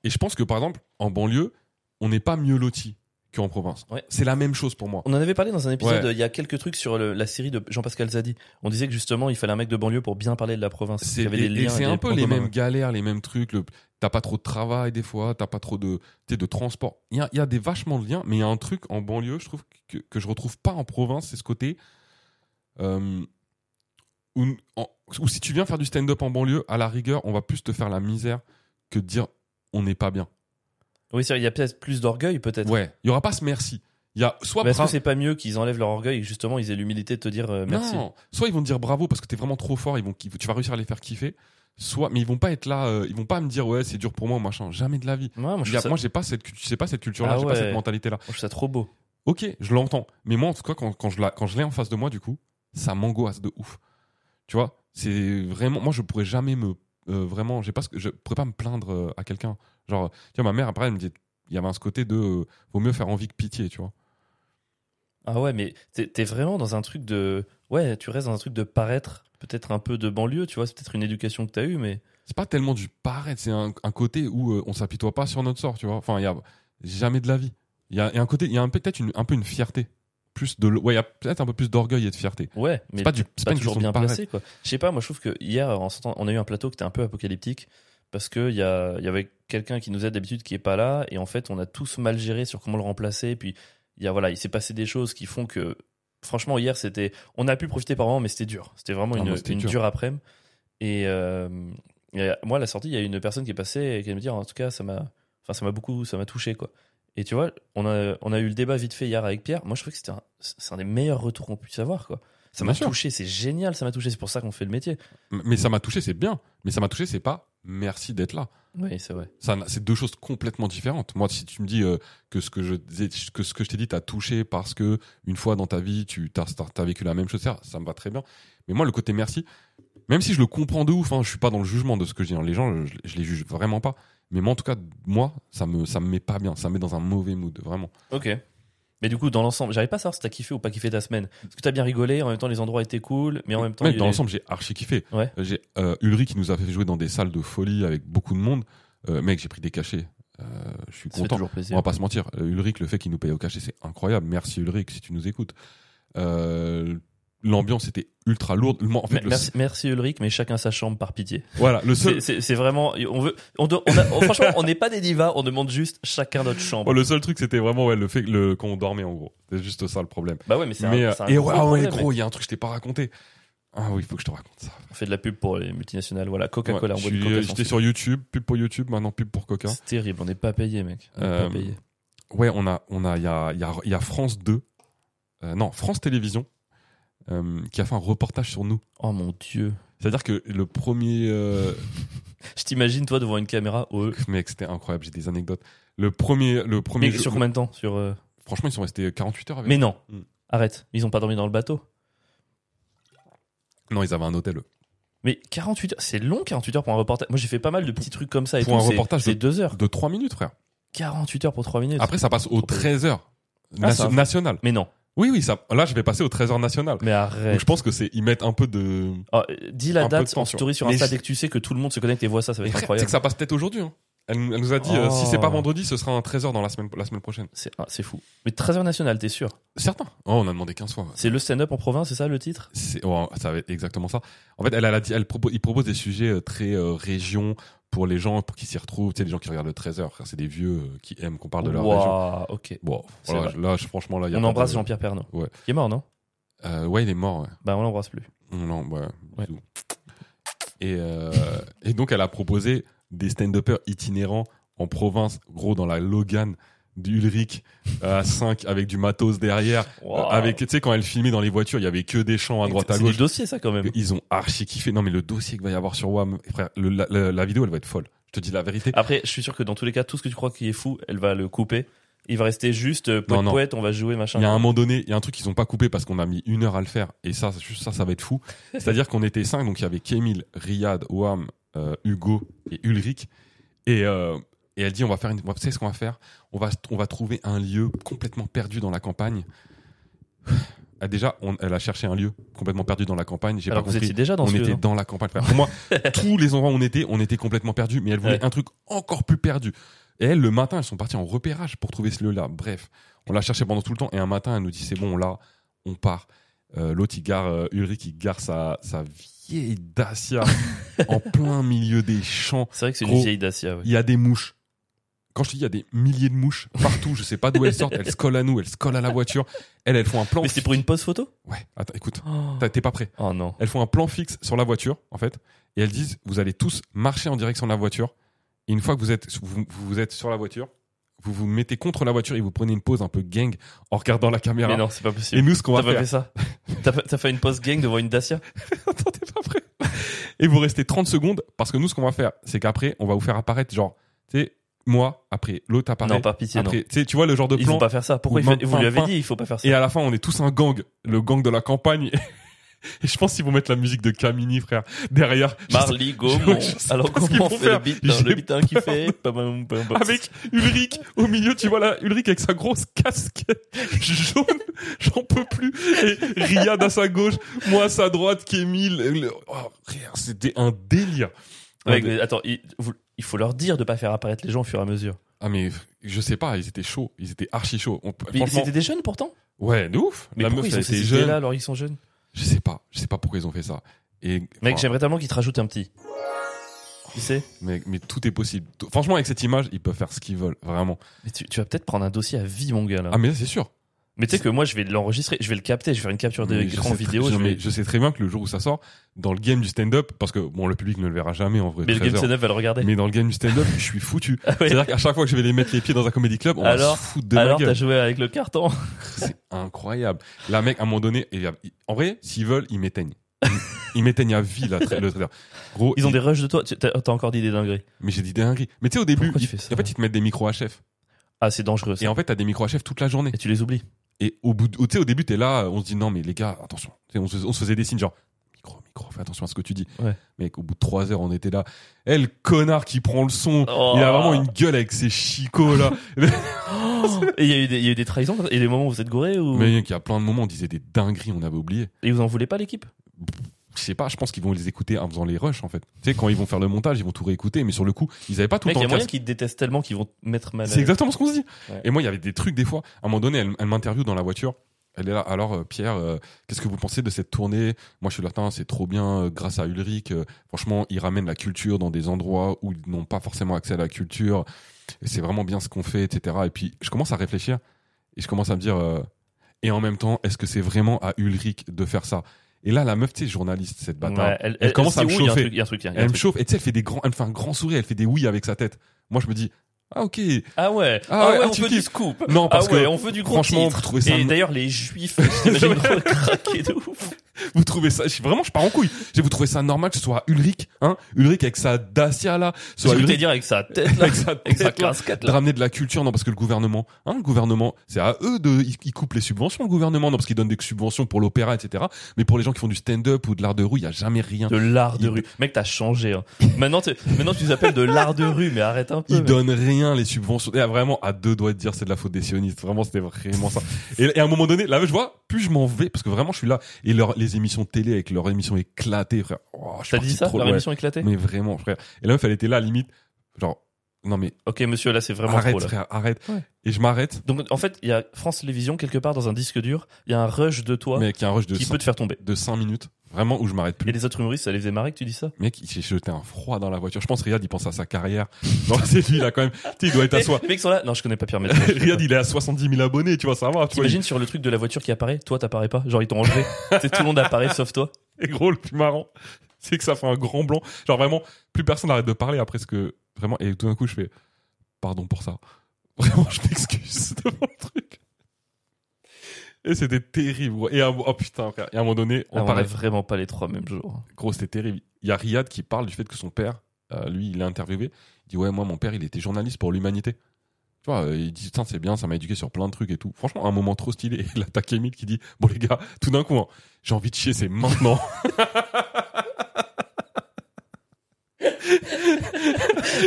Et je pense que par exemple, en banlieue, on n'est pas mieux loti qu'en province.
Ouais.
C'est la même chose pour moi.
On en avait parlé dans un épisode,
Ouais.
euh, il y a quelques trucs sur le- la série de Jean-Pascal Zadi. On disait que justement, il fallait un mec de banlieue pour bien parler de la province.
C'est
Il y avait
et-
des
et
liens
c'est
et
un
des
peu
points
les
communs,
mêmes
ouais.
galères, les mêmes trucs. le- T'as pas trop de travail des fois, t'as pas trop de, tu sais, de transport. Il y a, il y a des vachement de liens, mais il y a un truc en banlieue, je trouve que, que je retrouve pas en province, c'est ce côté euh, où, en- où si tu viens faire du stand-up en banlieue, à la rigueur, on va plus te faire la misère que de dire on n'est pas bien.
Oui, c'est vrai, il y a peut-être plus d'orgueil, peut-être.
Ouais, il y aura pas ce merci. Il y a soit
Mais est-ce que
bra-
c'est pas mieux qu'ils enlèvent leur orgueil et que justement ils aient l'humilité de te dire euh, merci
Non, soit ils vont te dire bravo parce que t'es vraiment trop fort, ils vont, tu vas réussir à les faire kiffer. soit mais ils vont pas être là euh, ils vont pas me dire ouais c'est dur pour moi machin jamais de la vie
Ouais, moi, je
Il y a-
trouve ça,
moi j'ai pas cette culture pas cette culture là
Ah
j'ai
ouais.
pas cette mentalité là
je trouve ça trop beau.
ok je l'entends mais moi en tout cas quand, quand je la quand je l'ai en face de moi du coup ça m'angoisse de ouf tu vois c'est vraiment moi je pourrais jamais me euh, vraiment j'ai pas ce que- je pourrais pas me plaindre euh, à quelqu'un genre tu vois ma mère après elle me dit il y avait un ce côté de euh, vaut mieux faire envie que pitié tu vois
Ah ouais, mais t'es t'es vraiment dans un truc de. Ouais, tu restes dans un truc de paraître, peut-être un peu de banlieue, tu vois, c'est peut-être une éducation que t'as eue, mais.
c'est pas tellement du paraître, c'est un, un côté où euh, on s'apitoie pas sur notre sort, tu vois. Enfin, il y a jamais de la vie. Il y a, il y a un côté, il y a un- peut-être une- un peu une fierté, plus de, l- ouais, il y a peut-être un peu plus d'orgueil et de fierté.
Ouais, mais
C'est pas du, c'est
pas
pas une
toujours
question
bien
de paraître.
placé quoi. Je sais pas, moi je trouve que hier en sortant, on a eu un plateau qui était un peu apocalyptique parce que il y, a- il y avait quelqu'un qui nous aide d'habitude qui est pas là et en fait on a tous mal géré sur comment le remplacer et puis il y a voilà, il s'est passé des choses qui font que franchement hier c'était on a pu profiter par moment mais c'était dur. C'était vraiment
Ah,
une,
moi, c'était
une
dur.
dure après-midi et euh, il y a- moi à la sortie, il y a une personne qui est passée et qui me dit en tout cas ça m'a enfin ça m'a beaucoup ça m'a touché quoi. Et tu vois, on a, on a eu le débat vite fait hier avec Pierre. Moi, je trouvais que c'était un, c'est un des meilleurs retours qu'on puisse avoir, quoi. Ça
Bien
m'a
sûr.
touché, c'est génial, ça m'a touché, c'est pour ça qu'on fait le métier.
M- Mais ça m'a touché, c'est bien. Mais ça m'a touché, c'est pas merci d'être là.
Oui, c'est vrai.
Ça, n'a- c'est deux choses complètement différentes. Moi, si tu me dis euh, que ce que je disais- que ce que je t'ai dit t'a touché parce que une fois dans ta vie, tu t'as, t'as- t'as vécu la même chose, ça, ça me va très bien. Mais moi, le côté merci, même si je le comprends de ouf, hein, je suis pas dans le jugement de ce que je dis. hein. Les gens, je, je les juge vraiment pas. Mais moi, en tout cas, moi, ça me, ça me met pas bien. Ça me met dans un mauvais mood, vraiment.
Ok. Mais du coup, dans l'ensemble, j'arrive pas à savoir si t'as kiffé ou pas kiffé ta semaine. Parce que t'as bien rigolé, en même temps, les endroits étaient cool, mais en même temps.
Mec,
il y a
dans
eu-
l'ensemble, j'ai archi kiffé.
Ouais.
Euh, J'ai euh, Ulrich qui nous a fait jouer dans des salles de folie avec beaucoup de monde. Euh, mec, j'ai pris des cachets. Euh, je suis
ça fait
content.
toujours plaisir.
On va pas se mentir, euh, Ulrich, le fait qu'il nous paye au cachet, c'est incroyable. Merci Ulrich, si tu nous écoutes. Euh, L'ambiance était ultra lourde. Moi, En fait,
Me-
le,
Merci, merci Ulrich, mais chacun sa chambre par pitié.
voilà, le
C'est-
seul,
C'est c'est vraiment, on veut, on doit- on a- oh, franchement, on n'est pas des divas, on demande juste chacun notre chambre.
oh, le seul truc, c'était vraiment ouais, le fait que le- qu'on dormait en gros. C'est juste ça le problème.
Bah ouais, mais c'est un,
Mais, euh,
c'est un
et
gros
ouais, ah ouais,
problème,
gros, il y a un truc que je t'ai pas raconté. Ah oui, il faut que je te raconte ça.
mec. On fait de la pub pour les multinationales, voilà, Coca-Cola,
Ouais,
on boit
je
du
suis- euh,
Coca sans sucre.
J'étais
hein.
sur YouTube, pub pour YouTube, maintenant pub pour Coca.
C'est terrible, on n'est pas payé, mec. On n'est
Euh,
pas payé.
Ouais, on a, on a, il y a, il y a- il y a France 2, euh, non, France Télévisions, euh, qui a fait un reportage sur nous.
Oh mon dieu.
C'est-à-dire que le premier, euh,
Je t'imagine, toi, devant une caméra, oh, eux.
Mec, c'était incroyable, j'ai des anecdotes. Le premier. Le premier
Mais
jeu-
sur combien de temps sur, euh,
Franchement, ils sont restés 48 heures avec.
Mais non.
Mm.
Arrête, ils ont pas dormi dans le bateau.
Non, ils avaient un hôtel. eux.
Mais 48 heures, c'est long 48 heures pour un reportage. Moi j'ai fait pas mal de petits trucs comme ça et
Pour
tout,
un
c'est-
reportage de-
c'est 2 heures.
De 3 minutes, frère.
48 heures pour 3 minutes.
Après, ça passe aux
Trop bien.
13 heures
Ah, ça
nation-
va.
nationales.
Mais non,
Oui, oui, ça... là, je vais passer aux 13 heures nationales.
mais
Donc,
arrête.
je pense que c'est. Ils mettent un peu de.
Ah, euh, dis la
Un peu
date
de temps,
en
tu
story sur
vois.
Insta
Mais je-
dès que tu sais que tout le monde se connecte et voit ça, ça va
Mais
être
frère, C'est
incroyable.
que ça passe peut-être aujourd'hui. hein. Elle, nous- elle nous a dit, euh,
Oh.
si c'est pas vendredi, ce sera un 13 heures dans la semaine, la semaine prochaine.
C'est ah, c'est fou. Mais 13 heures nationales, t'es sûr
Certain. Oh, on a demandé 15 fois.
C'est le stand-up en province, c'est ça le titre
C'est- ouais, ça va être exactement ça. En fait, elle, elle a dit- elle propose, il propose des sujets euh, très euh, région pour les gens, pour qu'ils s'y retrouvent. Tu sais, les gens qui regardent le 13 heures, frère, c'est des vieux euh, qui aiment qu'on parle de leur région.
Waouh, ok.
Bon,
C'est
voilà,
vrai.
là, je- franchement, là, il y a
On
pas
embrasse
de-
Jean-Pierre Pernaud.
Ouais.
Qui est mort, non
Euh, ouais, il est mort. Ouais.
Bah on l'embrasse plus.
On l'en- ouais,
Ouais.
bisous. Et, euh, et donc, elle a proposé des stand-uppers itinérants en province, gros, dans la Logan d'Ulrich euh, à 5 avec du matos derrière.
Waouh.
Euh, avec, tu sais, quand elle filmait dans les voitures, il y avait que des champs à droite à
C'est des
gauche.
dossiers ça quand même.
Ils ont archi kiffé. Non, mais le dossier qu'il va y avoir sur WAM, frère, le- la, la- la vidéo, elle va être folle. Je te dis la vérité.
Après, je suis sûr que dans tous les cas, tout ce que tu crois qui est fou, elle va le couper. Il va rester juste euh, poète
Non, non.
poète, on va jouer machin.
Il y a un moment donné, il y a un truc qu'ils ont pas coupé parce qu'on a mis une heure à le faire. Et ça, c'est juste ça, ça va être fou. C'est-à-dire qu'on était cinq, donc il y avait Kémil, Riyad, Ouam, euh, Hugo et Ulrich. Et, euh, et elle dit, on va faire une, on va- tu sais ce qu'on va faire? On va, on va trouver un lieu complètement perdu dans la campagne. Ah, déjà, on- elle a cherché un lieu complètement perdu dans la campagne. J'ai pas
Alors que vous
compris.
étiez déjà dans
on
ce lieu,
était
non
dans la campagne. Frère. Pour moi, tous les endroits où on était, on était complètement perdus, mais elle voulait
Ouais.
un truc encore plus perdu. Et elle, le matin, elles sont parties en repérage pour trouver ce lieu-là. Bref, on l'a cherché pendant tout le temps, et un matin, elle nous dit c'est bon, là, on part. Euh, L'autre, il gare, euh, Ulrich, il gare sa, sa vieille Dacia en plein milieu des champs.
C'est vrai que c'est une
Gros.
vieille Dacia. ouais.
Il y a des mouches. Quand je te dis, il y a des milliers de mouches partout, je sais pas d'où elles sortent, elles se collent à nous, elles se collent à la voiture, elles, elles font un plan.
Mais c'est pour une pause photo
Ouais, attends, écoute,
oh.
t'as- t'es pas prêt
non.
elles font un plan fixe sur la voiture, en fait, et elles disent vous allez tous marcher en direction de la voiture. Et une fois que vous êtes, vous, vous êtes sur la voiture, vous vous mettez contre la voiture et vous prenez une pause un peu gang en regardant la caméra.
Mais non, c'est pas
et
possible.
nous, ce qu'on
T'as
va
pas
faire,
fait ça T'as pas- t'as fait une pause gang devant une Dacia
Attends, t'es pas prêt. et vous restez 30 secondes parce que nous, ce qu'on va faire, c'est qu'après, on va vous faire apparaître, genre, tu sais, moi, après l'autre apparaît.
Non, par pitié, non.
après, tu sais, tu vois le genre de
Ils
plan.
vont pas faire ça. Pourquoi
ou
il fait-
même
Vous lui
fin,
avez
fin.
dit, il faut pas faire ça.
Et à la fin, on est tous un gang, le gang de la campagne. Et je pense qu'ils vont mettre la musique de Camini, frère, derrière. Je sais-
Marly, Gaumont.
je sais
Alors
pas ce qu'ils
comment on
vont
fait le
faire.
beat hein,
J'ai
Le beat un qui fait. pam, pam, pam, pam.
Avec Ulrich au milieu, tu vois là, Ulrich avec sa grosse casquette jaune, j'en peux plus. Et Riyad à sa gauche, moi à sa droite, Kémil. le- oh, frère, c'était un délire. Un
Ouais,
dé-
mais attends, il, vous- il faut leur dire de pas faire apparaître les gens au fur et à mesure.
Ah mais je sais pas, ils étaient chauds, ils étaient archi chauds. On peut-
Mais
franchement,
c'était des jeunes pourtant.
ouais, de ouf.
Mais
la
pourquoi
meuf,
ils
elle
ont ces
était
idées
jeune.
là alors ils sont jeunes
Je sais pas, je sais pas pourquoi ils ont fait ça. Et
Mec,
enfin,
j'aimerais tellement qu'ils te rajoutent un petit. Tu sais
mais, mais tout est possible. Tout- Franchement, avec cette image, ils peuvent faire ce qu'ils veulent, vraiment.
Mais tu, tu vas peut-être prendre un dossier à vie, mon gars. Là.
Ah mais c'est sûr.
mais tu sais que moi, je vais l'enregistrer, je vais le capter, je vais faire une capture
Mais je
d'écran
sais
vidéo.
très-
Je
mais
vais...
je sais très bien que le jour où ça sort, dans le game du stand-up, parce que bon, le public ne le verra jamais en vrai.
Mais le
13
Game
heures.
C9 va le regarder.
mais dans le game du stand-up, je suis foutu.
Ah ouais.
C'est-à-dire qu'à chaque fois que je vais les mettre les pieds dans un comedy club, on
Alors-
va se foutre de
Alors,
ma
t'as
gueule.
joué avec le carton.
C'est incroyable. Là, mec, à un moment donné, il y a- en vrai, s'ils veulent, ils m'éteignent. Ils- Ils m'éteignent à vie, là, tra- le trailer. Gros,
Ils ont
ils-
des rushs de toi. Tu- T'as t'as encore dit des dingueries.
mais j'ai dit dinguerie. Mais tu sais, au début,
Pourquoi tu
ils-
fais ça
en fait, ils te mettent des micros à chef.
Ah, c'est dangereux. Ça.
Et en fait, t'as des micros à chef toute la journée.
Et tu les oublies.
Et au bout, de- tu sais, au début, t'es là, on se dit non, mais les gars, attention. Tu sais, On se, on se faisait des signes genre micro, micro, fais attention à ce que tu dis.
Ouais.
Mec, au bout de trois heures, on était là. Eh, le connard qui prend le son.
Oh.
Il a vraiment une gueule avec ses chicots là.
Oh. Et il y, a eu des- il y a eu des trahisons comme ça Et des moments où vous êtes gourés ou...
mais il y a plein de moments, on disait des dingueries, on avait oublié.
Et vous en voulez pas l'équipe
Je sais pas, je pense qu'ils vont les écouter en faisant les rushs en fait. Tu sais, quand ils vont faire le montage, ils vont tout réécouter, mais sur le coup, ils avaient pas tout
Mec, il y a
le temps.
moyen
casque.
qu'ils te détestent tellement qu'ils vont te mettre mal à
C'est
l'aise.
exactement ce qu'on se dit.
Ouais.
Et moi, il y avait des trucs des fois. À un moment donné, elle, elle m'interviewe dans la voiture. Elle est là. Alors, euh, Pierre, euh, qu'est-ce que vous pensez de cette tournée Moi, je suis latin, c'est trop bien. euh, grâce à Ulrich, euh, franchement, il ramène la culture dans des endroits où ils n'ont pas forcément accès à la culture. Et c'est vraiment bien ce qu'on fait, etc. Et puis, je commence à réfléchir et je commence à me dire. euh, et en même temps, est-ce que c'est vraiment à Ulrich de faire ça Et là, la meuf, tu sais, journaliste, cette bâtard.
Ouais,
elle commence
se
à
dit,
me
oui, il y a un
chauffer.
truc, il y a un truc, il y a un
Elle me
truc.
chauffe et tu sais, elle fait des grands, elle me fait un grand sourire, elle fait des oui avec sa tête. Moi, je me dis, ah ok,
Ah ouais,
Ah
ah
ouais,
ouais,
ah,
on
tu
veut du
kiffes.
scoop.
Non, parce
ah ouais,
que,
on veut du gros
franchement,
titre.
vous trouvez ça
Et
m-
d'ailleurs, les juifs, j'imagine gros craquer de ouf.
vous trouvez ça, je- vraiment, je pars en couille. J'ai vous trouvez ça normal que ce soit Ulrich, hein, Ulrich avec sa Dacia là,
Je
soit
voulais
Ulrich
dire avec sa tête là,
avec sa,
avec sa
tête, là,
casquette
de
là.
ramener de la culture, non, parce que le gouvernement, hein, le gouvernement, c'est à eux de, ils, ils coupent les subventions, le gouvernement, non, parce qu'ils donnent des subventions pour l'opéra, etc. Mais pour les gens qui font du stand-up ou de l'art de rue, il y a jamais rien.
De l'art de
Il-
rue. Mec, t'as changé. Hein. Maintenant, tu- maintenant, tu nous appelles de l'art de rue, mais arrête un peu.
Ils
mec.
donnent rien, les subventions. Et vraiment, à deux doigts de dire, c'est de la faute des sionistes. Vraiment, c'était vraiment ça. Et, et à un moment donné, là, je vois, plus je m'en vais, parce que vraiment, je suis là. Et leur, les émissions télé avec leur émission éclatée, frère. Oh, je suis
T'as
parti
dit ça
trop
Leur
loin.
émission éclatée
Mais vraiment, frère. Et la meuf, elle était là, limite, genre, non mais
Ok, monsieur, là, c'est vraiment
arrête,
trop là.
frère, arrête.
Ouais.
Et je m'arrête,
Donc, en fait, il y a France Télévisions, quelque part, dans un disque dur, il y a un rush de toi
mais qui a un rush de
qui
5,
peut te faire tomber.
de cinq minutes, vraiment, où je m'arrête
Et
plus.
les autres humoristes, ça les faisait marrer que tu dis ça
Mec, il s'est jeté un froid dans la voiture. Je pense, Riyad, il pense à sa carrière. Genre, c'est lui, là, quand même. Tu sais, il doit être à
Eh,
soi.
Les mecs sont là. Non, je connais pas Pierre Ménès.
Riyad, il est à 70 000 abonnés, tu vois, ça va, tu vois. il-
T'imagines sur le truc de la voiture qui apparaît, toi t'apparais pas, genre ils t'ont enlevé. C'est tout le monde apparaît sauf toi.
Et gros, le plus marrant, c'est que ça fait un grand blanc. Genre vraiment, plus personne n'arrête de parler après ce que. Vraiment, et tout d'un coup, je fais pardon pour ça. Vraiment, je m'excuse devant le truc. Et c'était terrible. gros. Et à, un- oh putain, frère. Et à un moment donné, on
Ah, on a
parlait.
vraiment pas les trois mêmes jours.
Gros, c'était terrible. Il y a Riyad qui parle du fait que son père, euh, lui, il est interviewé. Il dit Ouais, moi, mon père, il était journaliste pour l'humanité. Tu vois, euh, il dit Putain, c'est bien, ça m'a éduqué sur plein de trucs et tout. Franchement, un moment trop stylé. Et là, t'as Kémil qui dit Bon, les gars, tout d'un coup, hein, j'ai envie de chier, c'est maintenant.
hein.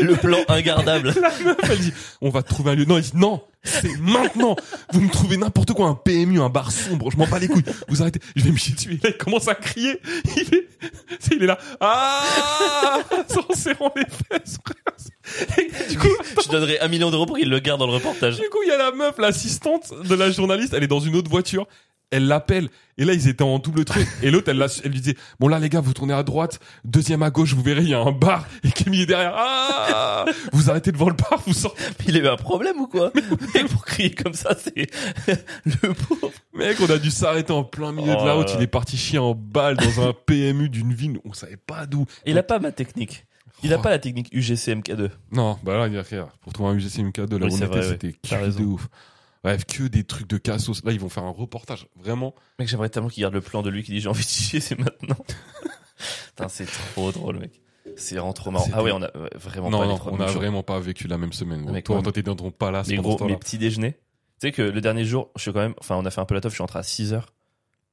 Le plan ingardable.
La meuf, elle dit, on va trouver un lieu. Non, elle dit, non, c'est maintenant. Vous me trouvez n'importe quoi, un PMU, un bar sombre, je m'en bats les couilles. Vous arrêtez, je vais me chier dessus. Et là, il commence à crier. Il est, tu sais, il est là. Ah! En serrant les fesses, frère. Et du coup,
Je donnerais un million d'euros pour qu'il le garde dans le reportage.
du coup, il y a la meuf, l'assistante de la journaliste, elle est dans une autre voiture. Elle l'appelle. Et là, ils étaient en double truc. Et l'autre, elle, l'a- elle lui dit, bon là, les gars, vous tournez à droite, deuxième à gauche, vous verrez, il y a un bar. Et Camille est derrière. Ah! Vous arrêtez devant le bar, vous sortez.
Il a eu un problème ou quoi Et pour crier comme ça, c'est le pauvre.
Mec, on a dû s'arrêter en plein milieu
Oh
de la
là
route.
là.
Il est parti chier en balle dans un PMU d'une ville. où On savait pas d'où.
Il a pas ma technique. Il a
Oh.
pas la technique UGC MK2.
Non, bah là, il y a rien. Pour trouver un UGC MK2, la
Oui, c'est
honnêteté,
vrai, ouais.
c'était
T'as
cul
raison.
de ouf. Bref, que des trucs de cassos. Là, ils vont faire un reportage. Vraiment.
Mec, j'aimerais tellement qu'il garde le plan de lui qui dit j'ai envie de chier, c'est maintenant. Putain, c'est trop drôle, mec. C'est vraiment trop marrant.
C'était-
Ah ouais, on a ouais, vraiment
non,
pas
non,
les trois
on
mêmes
a
choses.
vraiment pas vécu la même semaine. gros.
Mec,
Toi,
ouais,
toi, t'étais dans ton palace
mes,
pendant
gros,
ce temps-là.
mes petits déjeuners. Tu sais que le dernier jour, je suis quand même. Enfin, on a fait un peu la teuf, je suis rentré à 6h.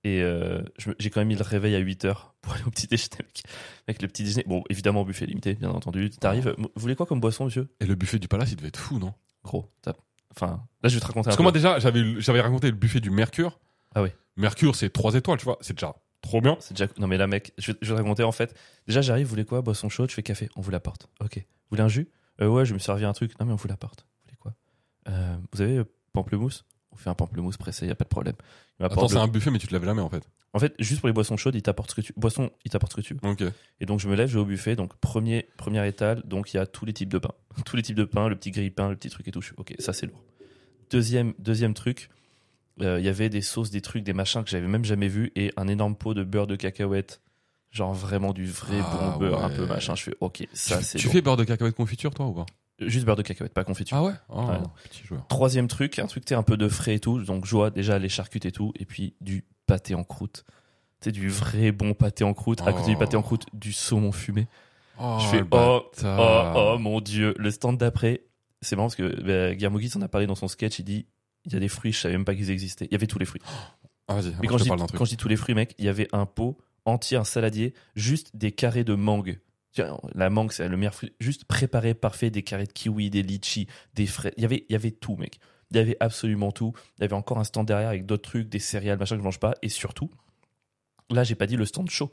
Et euh, je me- j'ai quand même mis le réveil à 8h pour aller au petit déjeuner, mec. Mec, le petit déjeuner. Bon, évidemment, au buffet limité, bien entendu. T'arrives. Vous voulez quoi comme boisson, monsieur
Et le buffet du palace, il devait être fou,
Ah
non
Gros. t'as- Enfin, là, je vais te raconter un
Parce que
peu.
moi, déjà, j'avais eu- j'avais raconté le buffet du Mercure.
bah. Ah ouais.
Mercure, c'est 3 étoiles, tu vois. C'est déjà trop bien.
C'est déjà... Non mais là mec, je vais, je vais te raconter en fait. Déjà j'arrive, vous voulez quoi Boisson chaude, je fais café, on vous l'apporte. Ok. Vous voulez un jus Euh, Ouais, je vais me servir un truc. Non mais on vous l'apporte. Vous voulez quoi Euh, Vous avez euh, pamplemousse On fait un pamplemousse pressé, y a pas de problème. Il m'apporte
Attends, c'est
le-
un buffet, mais tu te laves la main, en fait.
En fait, juste pour les boissons chaudes, il t'apporte ce que tu boisson, il t'apporte ce que tu veux.
Ok.
Et donc je me lève, je vais au buffet, donc premier première étale, donc il y a tous les types de pain, tous les types de pain, le petit grille pain, le petit truc et tout. Je fais, Ok, ça c'est lourd. Deuxième deuxième truc, euh, il y avait des sauces, des trucs, des machins que j'avais même jamais vu et un énorme pot de beurre de cacahuète, genre vraiment du vrai
Ah
bon beurre, un
ouais.
peu machin. Je fais ok, ça
tu
c'est
tu
lourd.
fais beurre de cacahuète confiture, toi, ou pas
Juste beurre de cacahuète, pas confiture.
Ah ouais Oh,
Ouais.
Petit joueur.
Troisième truc, un truc t'es un peu de frais et tout, donc je vois déjà les charcutes et tout, et puis du pâté en croûte. C'est du vrai bon pâté en croûte. À côté du
Oh.
pâté en croûte, du saumon fumé.
Oh,
je fais
le Ah.
oh, oh,
bâtard.
oh mon dieu. Le stand d'après, c'est marrant parce que bah, Guillermo Guitz en a parlé dans son sketch. Il dit il y a des fruits, je savais même pas qu'ils existaient. Il y avait tous les fruits.
Ah, vas-y, après,
Mais quand je,
je te
dis,
parle d'un truc.
quand je dis tous les fruits, mec, il y avait un pot entier, un saladier, juste des carrés de mangue. Tiens, La mangue, c'est le meilleur fruit. Juste préparé, parfait, des carrés de kiwi, des litchis, des frais. Il y avait, il y avait tout, mec. Il y avait absolument tout. Il y avait encore un stand derrière avec d'autres trucs, des céréales, machin que je mange pas. Et surtout, là, j'ai pas dit le stand chaud.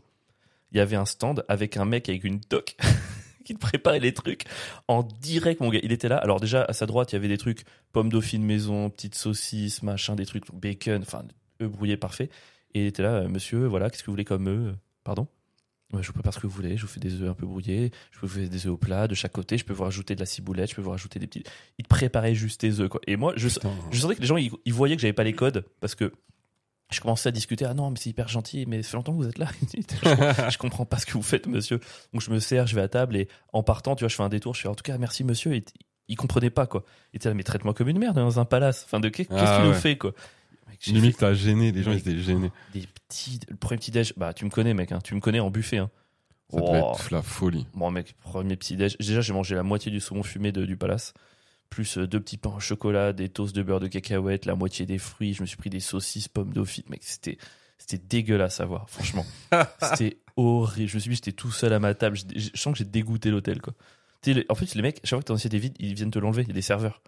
Il y avait un stand avec un mec avec une doc qui te préparait les trucs en direct, mon gars. Il était là. Alors, déjà, à sa droite, il y avait des trucs pommes dauphines maison, petites saucisses, machin, des trucs, bacon, enfin, œufs brouillés, parfait. Et il était là, euh, monsieur, voilà, qu'est-ce que vous voulez comme œufs Pardon Ouais, Je vous prépare ce que vous voulez, je vous fais des œufs un peu brouillés, je vous fais des œufs au plat, de chaque côté, je peux vous rajouter de la ciboulette, je peux vous rajouter des petits. Il te préparait juste tes œufs, quoi. Et moi, je,
Putain.
je sentais que les gens, ils, ils voyaient que j'avais pas les codes parce que je commençais à discuter. Ah non, mais c'est hyper gentil, mais ça fait longtemps que vous êtes là. je, comprends, je comprends pas ce que vous faites, monsieur. Donc je me sers, je vais à table et en partant, tu vois, je fais un détour. Je fais en tout cas, merci, monsieur. Et t- il comprenait pas, quoi. Il était là, mais traite-moi comme une merde dans un palace. Enfin, de qu'est- qu'est-ce
Ah
qu'il nous
ouais.
fait, quoi Mec, j'ai
Limite, t'as gêné, les gens, ils
Mec,
étaient gênés.
Des petits. Le premier petit-déj, bah, tu me connais, mec, hein, tu me connais en buffet. Hein.
Ça devait
Wow.
être la folie.
Bon, mec, premier petit déj. Déjà, j'ai mangé la moitié du saumon fumé de- du palace, plus euh, deux petits pains au chocolat, des toasts de beurre de cacahuète, la moitié des fruits. Je me suis pris des saucisses, pommes dauphines. Mec, c'était. C'était dégueulasse à voir, franchement. c'était horrible. Je me suis dit, j'étais tout seul à ma table. Je, je sens que j'ai dégoûté l'hôtel, quoi. Tu sais, les- en plus, les mecs, chaque fois que ton assiette est vide, ils viennent te l'enlever. Il y a des serveurs.